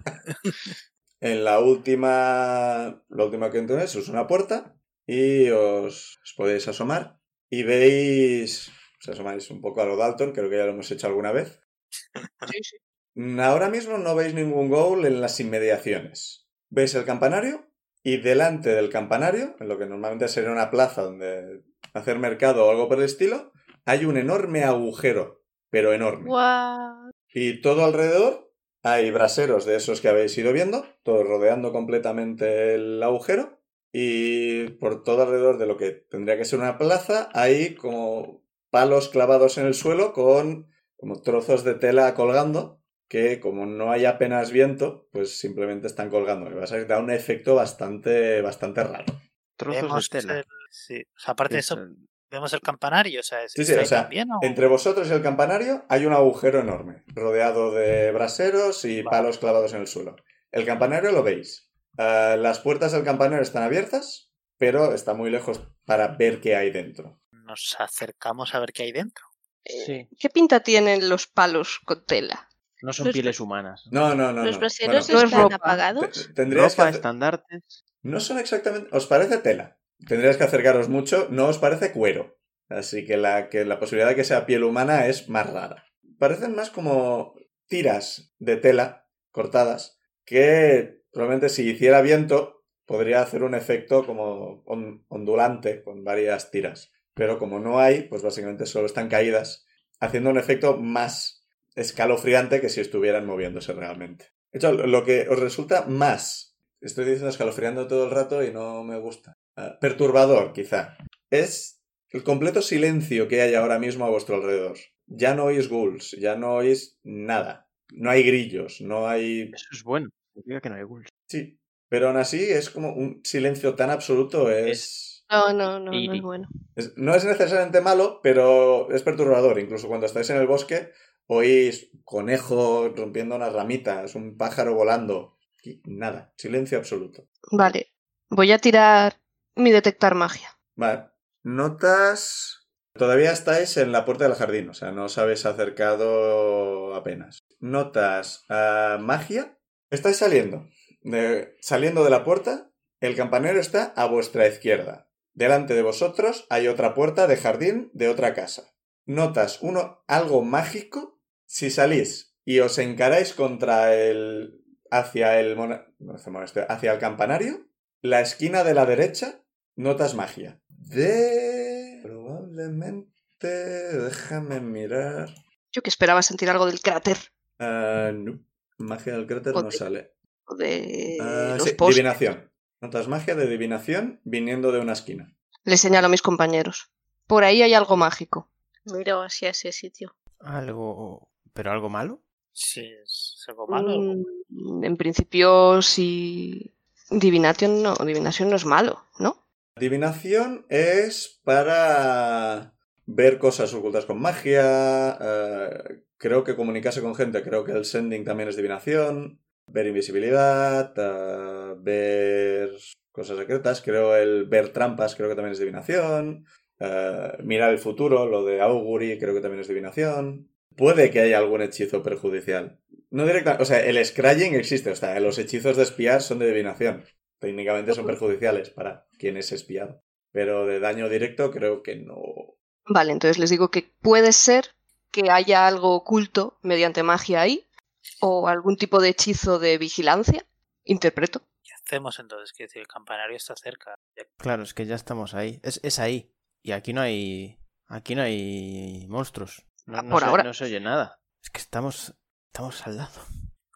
En la última. La última que entráis es una puerta. Y os, os podéis asomar. Y veis. Os asomáis un poco a lo Dalton, creo que ya lo hemos hecho alguna vez. Ahora mismo no veis ningún goal en las inmediaciones. Veis el campanario y delante del campanario, en lo que normalmente sería una plaza donde hacer mercado o algo por el estilo, hay un enorme agujero, pero enorme. Guau. Y todo alrededor hay braseros de esos que habéis ido viendo, todos rodeando completamente el agujero. Y por todo alrededor de lo que tendría que ser una plaza hay como palos clavados en el suelo con como trozos de tela colgando que como no hay apenas viento, pues simplemente están colgando. Lo que pasa es que da un efecto bastante, bastante raro. Trozos de tela. el- sí. O sea, aparte de eso, vemos el campanario. O sea, ¿es- Sí, sí, está o ahí sea, también, o- Entre vosotros y el campanario hay un agujero enorme, rodeado de braseros y palos clavados en el suelo. El campanario lo veis. Eh, las puertas del campanario están abiertas, pero está muy lejos para ver qué hay dentro. Nos acercamos a ver qué hay dentro. Sí, ¿Qué pinta tienen los palos con tela? no son Los- pieles humanas. No, no, no. ¿Los no. braseros no es están ropa. apagados? te- tendríais que Ropa, hacer- estandartes. No son exactamente. ¿Os parece tela? Tendríais que acercaros mucho. No os parece cuero. Así que la, que la posibilidad de que sea piel humana es más rara. Parecen más como tiras de tela cortadas que probablemente si hiciera viento podría hacer un efecto como on- ondulante con varias tiras. Pero como no hay, pues básicamente solo están caídas, haciendo un efecto más escalofriante que si estuvieran moviéndose realmente. De hecho, lo que os resulta más Estoy diciendo escalofriando todo el rato y no me gusta. Ah, perturbador, quizá. Es el completo silencio que hay ahora mismo a vuestro alrededor. Ya no oís ghouls, ya no oís nada. No hay grillos, no hay... Eso es bueno. Significa que no hay ghouls. Sí. Pero aún así es como un silencio tan absoluto, es... No, no, no, no Iri. es bueno. es- no es necesariamente malo, pero es perturbador. Incluso cuando estáis en el bosque, oís conejos rompiendo unas ramitas, un pájaro volando. y nada, silencio absoluto. Vale, voy a tirar mi detectar magia. Vale. Notas. Todavía estáis en la puerta del jardín, o sea, no os habéis acercado apenas. Notas ah, magia. Estáis saliendo. de- saliendo de la puerta, el campanero está a vuestra izquierda. Delante de vosotros hay otra puerta de jardín de otra casa. Notas uno algo mágico. Si salís y os encaráis contra el hacia el mona- no hace monasterio, hacia el campanario, la esquina de la derecha Notas magia. De... Probablemente... Déjame mirar. Yo que esperaba sentir algo del cráter Ah, no. Magia del cráter no Joder. sale. o de Ah, los sí, postes. Divinación. Notas magia de divinación viniendo de una esquina. Le señalo a mis compañeros. Por ahí hay algo mágico. Miro hacia ese sitio. Algo. ¿Pero algo malo? Sí, es algo malo. Mm, en principio, si. Divination no, Divination no es malo, ¿no? Divinación es para ver cosas ocultas con magia. eh, creo que comunicarse con gente. Creo que el sending también es divinación. Ver invisibilidad. eh, ver cosas secretas. Creo el ver trampas. Creo que también es divinación. eh, mirar el futuro. Lo de Auguri. Creo que también es divinación. Puede que haya algún hechizo perjudicial. No directamente. O sea, el scrying existe. O sea, los hechizos de espiar son de divinación. Técnicamente son perjudiciales para quien es espiado. Pero de daño directo creo que no. Vale, entonces les digo que puede ser que haya algo oculto mediante magia ahí, o algún tipo de hechizo de vigilancia, interpreto. ¿Qué hacemos entonces? Que decir, el campanario está cerca. Ya- Claro, es que ya estamos ahí. Es, es ahí. Y aquí no hay. Aquí no hay monstruos. No, no Por se, ahora. no se oye nada. Es que estamos. Estamos al lado.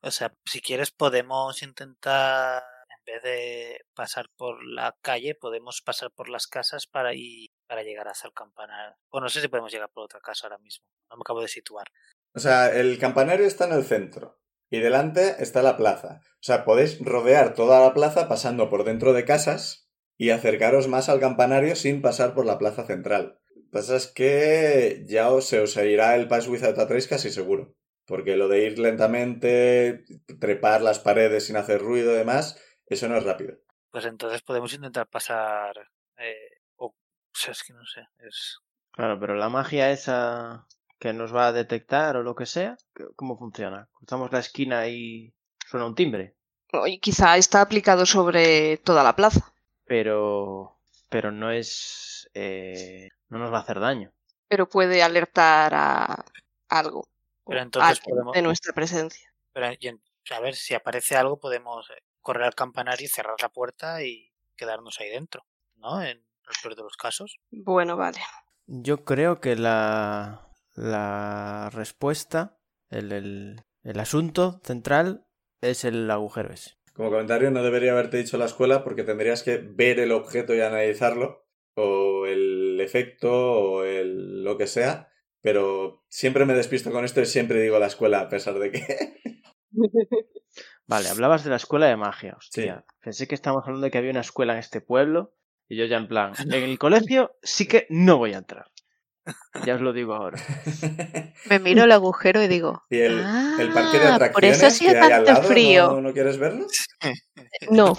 O sea, si quieres podemos intentar, en vez de pasar por la calle, podemos pasar por las casas para ir, para llegar hasta el campanario. Bueno, no sé si podemos llegar por otra casa ahora mismo. No me acabo de situar. O sea, el campanario está en el centro y delante está la plaza. O sea, podéis rodear toda la plaza pasando por dentro de casas y acercaros más al campanario sin pasar por la plaza central. Lo que pasa es que ya os- se os irá el Pass Without a Trace casi seguro. Porque lo de ir lentamente, trepar las paredes sin hacer ruido y demás, eso no es rápido. Pues entonces podemos intentar pasar. Eh, o, o sea, es que no sé. Es, Claro, pero la magia esa que nos va a detectar o lo que sea, ¿cómo funciona? Cruzamos la esquina y suena un timbre. Oye, quizá está aplicado sobre toda la plaza, Pero. Pero no es. eh, no nos va a hacer daño. pero puede alertar a algo. Pero entonces a- podemos- de nuestra presencia. pero, y en- a ver, si aparece algo podemos eh, correr al campanario, cerrar la puerta y quedarnos ahí dentro, ¿no? En el peor de los casos. Bueno, vale. Yo creo que la. La respuesta, el, el, el asunto central es el agujero ese. Como comentario, no debería haberte dicho la escuela porque tendrías que ver el objeto y analizarlo, o el efecto, o el lo que sea. Pero siempre me despisto con esto y siempre digo la escuela, a pesar de que. [LAUGHS] Vale, hablabas de la escuela de magia. Hostia, pensé que estábamos hablando de que había una escuela en este pueblo. Y yo ya en [LAUGHS] plan, en el colegio sí que no voy a entrar. Ya os lo digo ahora. Me miro el agujero y digo. y el, "Ah, el parque de Por atracciones eso hacía que hay al tanto lado, frío. ¿no, no quieres verlo? No,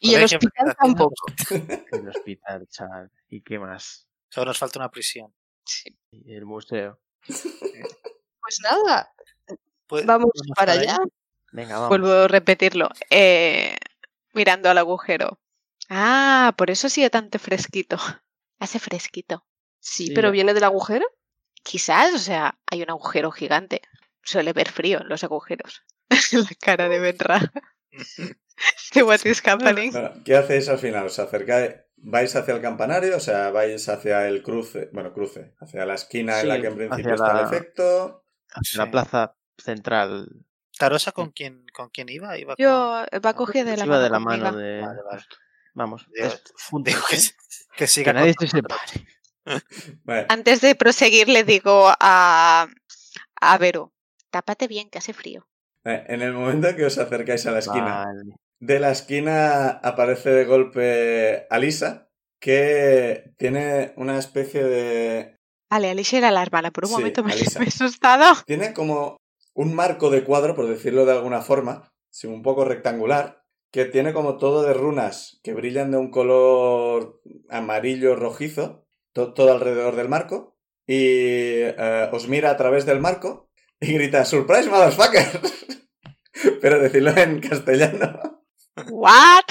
y Joder, el qué hospital verdad. tampoco. El hospital, chaval. ¿Y qué más? [LAUGHS] Solo nos falta una prisión. Sí. Y el museo. Pues nada, Pues- vamos vamos para para allá. Venga, vamos. Vuelvo a repetirlo. eh, mirando al agujero. Ah, por eso hacía tanto fresquito. Hace fresquito. Sí, Sí, pero ya. viene del agujero. Quizás, o sea, hay un agujero gigante. Suele ver frío en los agujeros. [LAUGHS] La cara de Benra. [LAUGHS] [LAUGHS] de What is happening. Bueno, ¿qué hacéis al final? ¿Os acercáis? ¿Vais hacia el campanario? O sea, vais hacia el cruce, bueno, cruce, hacia la esquina Sí, en la que en principio hacia está el la- efecto. Sí. La plaza central. ¿Tarosa con quién, con quién iba? iba con... Yo va cogida de la Iba mano. de la conmigo. mano de. Vale, vale. Vamos. Digo- es- [LAUGHS] juntos, Digo que, ¿eh? s- que siga Que nadie con se nosotros. separe. Vale. Antes de proseguir, le digo a, a Vero: Tápate bien, que hace frío. Vale, eh, En el momento en que os acercáis a la esquina, Vale. De la esquina aparece de golpe Alisa, que tiene una especie de... Vale, Alicia era la hermana. Por un Sí, momento me, [LAUGHS] Alicia. me he asustado. Tiene como un marco de cuadro, por decirlo de alguna forma, sí, un poco rectangular, que tiene como todo de runas que brillan de un color amarillo rojizo, to- todo alrededor del marco, y eh, os mira a través del marco y grita, ¡Surprise, motherfucker! [LAUGHS] Pero decirlo en castellano. ¿What?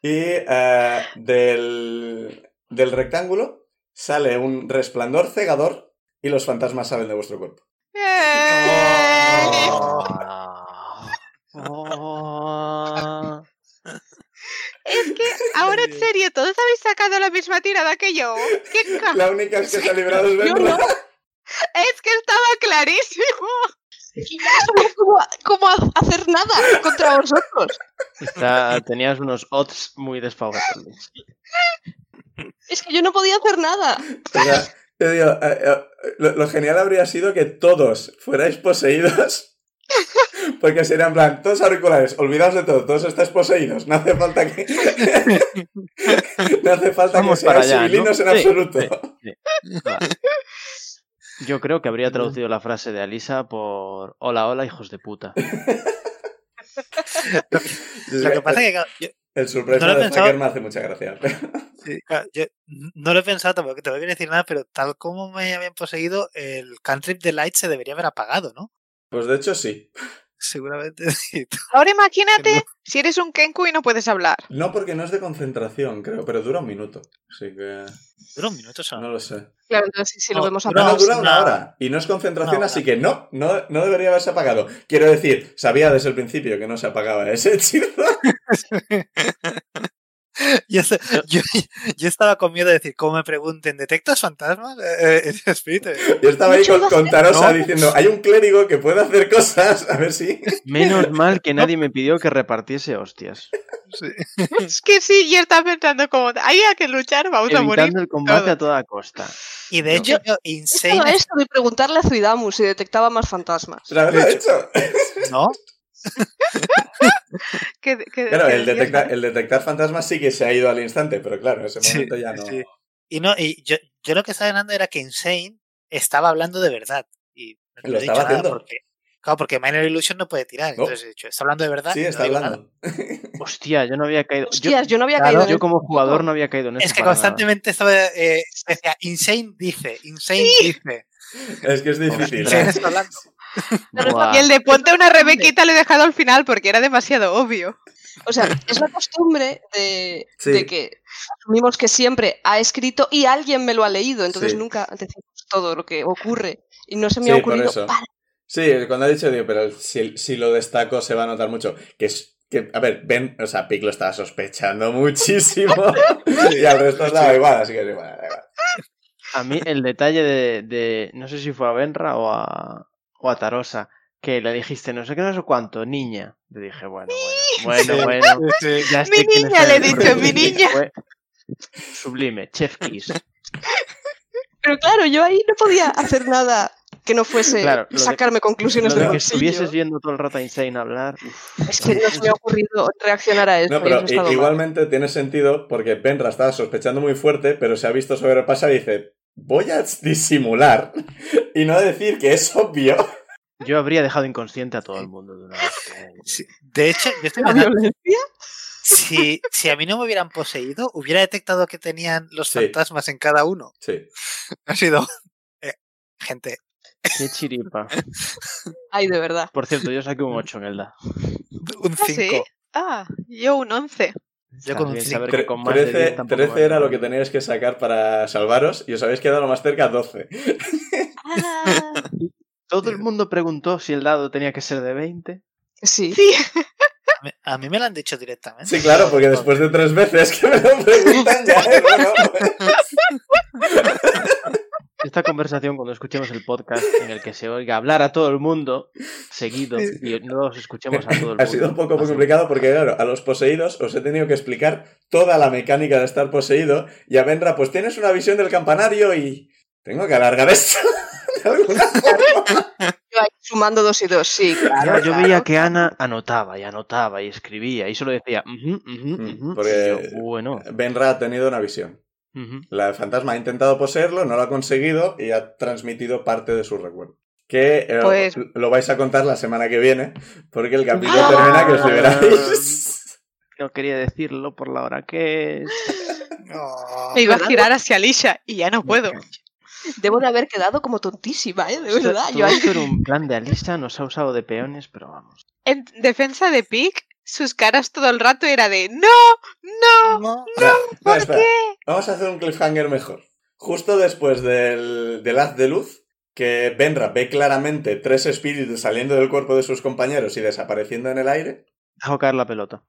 Y eh, del, del rectángulo sale un resplandor cegador y los fantasmas salen de vuestro cuerpo. Eh. Oh. [LAUGHS] [LAUGHS] Ah. Ah. [LAUGHS] Es [LAUGHS] que ahora en serio, todos habéis sacado la misma tirada que yo. ¿Qué ca- La única que se ha librado es Yo Vendra. Es que estaba clarísimo. [LAUGHS] ¿Cómo, cómo hacer nada contra vosotros? Está- tenías unos odds muy desfavorables. Es que yo no podía hacer nada. O sea, te digo, eh, eh, lo, lo genial habría sido que todos fuerais poseídos. [LAUGHS] Porque serían en plan, todos auriculares, olvidaos de todo, todos estáis poseídos, no hace falta que. [LAUGHS] no hace falta Vamos que seáis para allá, ¿no? civilinos en Sí, absoluto. sí. Vale. Yo creo que habría traducido la frase de Alisa por hola, hola, hijos de puta. [LAUGHS] Lo que pasa es que claro, yo, [LAUGHS] El surprise No lo he motherfucker pensado. me hace mucha gracia. [LAUGHS] pero- sí, claro, yo no lo he pensado tampoco, te voy a decir nada, pero tal como me habían poseído, el cantrip de Light se debería haber apagado, ¿no? Pues de hecho sí. Seguramente [LAUGHS] sí. Ahora imagínate si eres un Kenku y no puedes [LAUGHS] hablar. No porque no es de concentración, creo, pero dura un minuto. Así que Dura un minuto solo. no lo sé. Claro, entonces si lo No, vemos no, No, no, apagado. dura una una hora. Y no es concentración, una así hora. que no, no, no debería haberse apagado. Quiero [LAUGHS] decir, sabía desde el principio que no se apagaba ese hechizo. Yo, sé- yo- yo estaba con miedo de decir, ¿cómo me pregunten? ¿Detectas fantasmas? Eh, eh, [LAUGHS] espíritu. Yo estaba ahí Mucho con, iba a con Tarosa ¿no? diciendo, hay un clérigo que puede hacer cosas, a ver [LAUGHS] si... Menos mal que nadie me pidió que repartiese hostias. Sí. Es que sí, yo estaba pensando como, hay que luchar, vamos a morir. Evitando el combate todo. a [LAUGHS] toda costa. Y de hecho, yo, Insane. Estaba esto de preguntarle a Zuidamus si detectaba más fantasmas. ¿Lo habrá [LAUGHS] hecho? ¿No? Que- que- Claro, que el, Dios detecta- sabe. el detectar fantasmas sí que se ha ido al instante, pero claro, en ese Sí, momento ya no... sí. Y no, y yo, yo lo que estaba hablando era que Insane estaba hablando de verdad. Y no Lo he dicho estaba nada haciendo. porque. Claro, porque Minor Illusion no puede tirar. No. Entonces he dicho, está hablando de verdad. Sí, y Ah, no está digo nada. hablando. Hostia, yo no había caído. yo- Hostias, yo no había Claro, caído en yo esto como jugador tampoco. no había caído en eso. Es que para constantemente estaba. eh, decía, Insane dice, Insane dice. Es que es difícil. Insane está hablando. nada. Pero Buah. Y el de ponte una Rebequita lo he dejado al final porque era demasiado obvio. O [LAUGHS] sea, es la costumbre de, Sí. de que asumimos que siempre ha escrito y alguien me lo ha leído, entonces Sí. nunca decimos todo lo que ocurre. Y no se me Sí, ha por ocurrido eso. para Sí, cuando ha dicho, digo, pero si, si lo destaco se va a notar mucho. Que es. Que, a ver, Ben, o sea, Pic lo estaba sospechando [LAUGHS] muchísimo. y al resto estaba igual, así que es igual. da igual. A mí el detalle de, de- no sé si fue a Benra o a, o a Tarosa, que le dijiste no sé qué, no sé cuánto, niña. Le dije, bueno, bueno, bueno, bueno. Sí, sí. ya Mi sé quién es niña, le he el dicho, mi rey. niña. Fue Sublime, chef kiss. Pero claro, yo ahí no podía hacer nada que no fuese Claro, lo de- sacarme conclusiones Lo del de que bolsillo. estuvieses viendo todo el rato a Insane hablar. uf, Es que no se me ha ocurrido reaccionar a eso. No, y pero eso ha i- estado mal. igualmente tiene sentido porque Benra estaba sospechando muy fuerte, pero se ha visto sobrepasar y dice: Voy a disimular [LAUGHS] y no decir que es obvio. Yo habría dejado inconsciente a todo el mundo de una vez. Sí. De hecho, yo estoy ¿La pensando, violencia? si, si a mí no me hubieran poseído, hubiera detectado que tenían los Sí. fantasmas en cada uno. Sí. [LAUGHS] Ha sido. eh, gente. Qué chiripa. Ay, de verdad. Por cierto, yo saqué un 8 en el DA. Un ¿Ah, sí? 5. Ah, yo un 11. Yo con un También 5. saber Tre- que con más de 10 Trece tampoco trece vale era lo que nada. teníais que sacar para salvaros y os habéis quedado más cerca a 12. Ah, Todo el mundo preguntó si el dado tenía que ser de 20. Sí. sí. A mí- A mí me lo han dicho directamente. Sí, claro, porque después de tres veces que me lo preguntan [LAUGHS] ya es bueno. pues, Esta conversación, cuando escuchemos el podcast en el que se oiga hablar a todo el mundo seguido y no os escuchemos a todo el mundo. [LAUGHS] Ha sido un poco Así. complicado porque, claro, a los poseídos os he tenido que explicar toda la mecánica de estar poseído y a Benra, pues tienes una visión del campanario y... Tengo que alargar esto [LAUGHS] de alguna forma. Yo ahí sumando dos y dos, sí. Claro, Claro, yo claro. veía que Ana anotaba y anotaba y escribía y solo decía, "Ujú, ujú, Mm, ujú", y porque- eh, yo, bueno, Benra ha tenido una visión. ujú. La fantasma ha intentado poseerlo, no lo ha conseguido y ha transmitido parte de su recuerdo. Que eh, Pues- lo vais a contar la semana que viene, porque el capítulo Ah. termina que os liberáis. no quería decirlo por la hora que es. [LAUGHS] No. Me iba a girar hacia Alicia y ya no puedo. Debo de haber quedado como tontísima, ¿eh? De verdad. Esto- Yo todo ahí... esto era un plan de Alisa, nos ha usado de peones, pero vamos. En defensa de Pic, sus caras todo el rato era de ¡No! ¡No! No. [LAUGHS] No, ¿Por espera. qué? Vamos a hacer un cliffhanger mejor. Justo después del, del haz de luz, que Benra ve claramente tres espíritus saliendo del cuerpo de sus compañeros y desapareciendo en el aire, Dejó caer la pelota.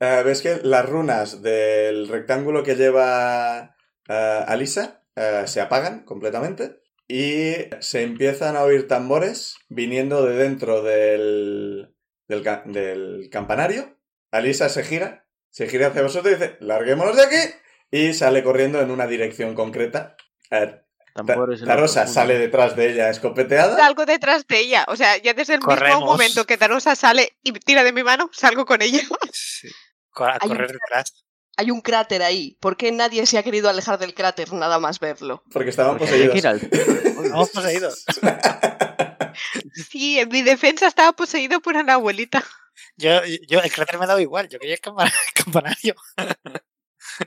Eh, ¿Ves que las runas del rectángulo que lleva eh, Alisa eh, se apagan completamente? Y se empiezan a oír tambores viniendo de dentro del, del, ca- del campanario. Alisa se gira, se gira hacia vosotros y dice, larguémonos de aquí. Y sale corriendo en una dirección concreta. Eh, Ta- Tambores en lo Tarosa profundo. sale detrás de ella escopeteada. Salgo detrás de ella. O sea, ya desde el Corremos. mismo momento que Tarosa sale y tira de mi mano, salgo [LAUGHS] con ella. Sí. Co- A Hay un- correr detrás. Hay un cráter ahí. ¿Por qué nadie se ha querido alejar del cráter nada más verlo? Porque estaban Porque había poseídos. que [LAUGHS] ir al- Vamos poseídos. Sí, en mi defensa estaba poseído por una abuelita. Yo, yo, el cráter me ha dado igual. Yo quería el [LAUGHS] campa- el campanario.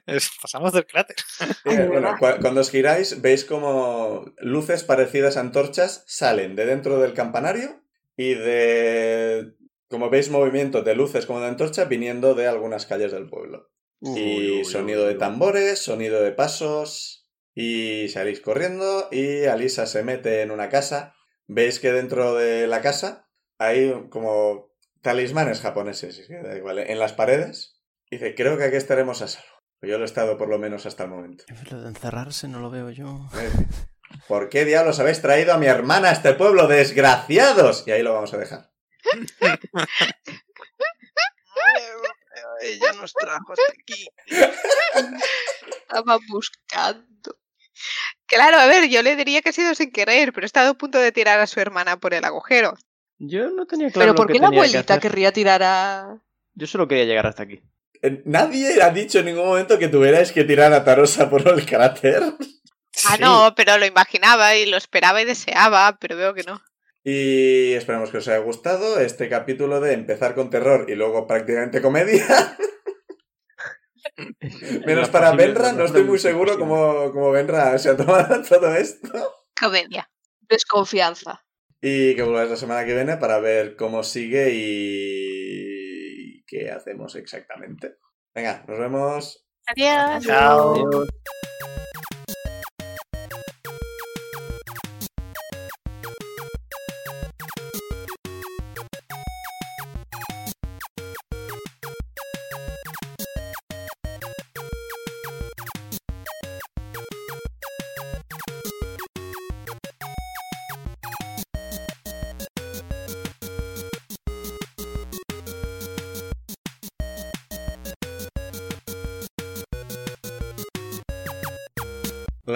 Es- Pasamos del cráter. Eh, bueno, cua- cuando os giráis, veis como luces parecidas a antorchas salen de dentro del campanario y de. Como veis, movimiento de luces como de antorcha viniendo de algunas calles del pueblo. Uy, y uy, uy, sonido de uy. tambores, sonido de pasos. Y salís corriendo y Alisa se mete en una casa. Veis que dentro de la casa hay como talismanes japoneses, es que da igual, en ¿eh? las paredes. Dice, creo que aquí estaremos a salvo. Yo lo he estado por lo menos hasta el momento. Lo de encerrarse no lo veo yo. Eh, ¿Por qué diablos habéis traído a mi hermana a este pueblo, desgraciados? Y ahí lo vamos a dejar. Ella nos trajo hasta aquí. Estaba buscando. Claro, a ver, yo le diría que ha sido sin querer, pero he estado a punto de tirar a su hermana por el agujero. Yo no tenía claro Pero lo ¿por que qué la tenía que abuelita hacer. querría tirar a... Yo solo quería llegar hasta aquí. Eh, Nadie ha dicho en ningún momento que tuvierais que tirar a Tarosa por el cráter. Ah, Sí. no, pero lo imaginaba y lo esperaba y deseaba, pero veo que no. Y esperamos que os haya gustado este capítulo de empezar con terror y luego prácticamente comedia. [LAUGHS] [LAUGHS] Menos Lo para posible, Benra, lo no estoy muy posible. seguro cómo, cómo Benra se ha tomado [LAUGHS] todo esto. Comedia. Desconfianza. Y que volváis la semana que viene para ver cómo sigue y qué hacemos exactamente. Venga, nos vemos. Adiós. Chao.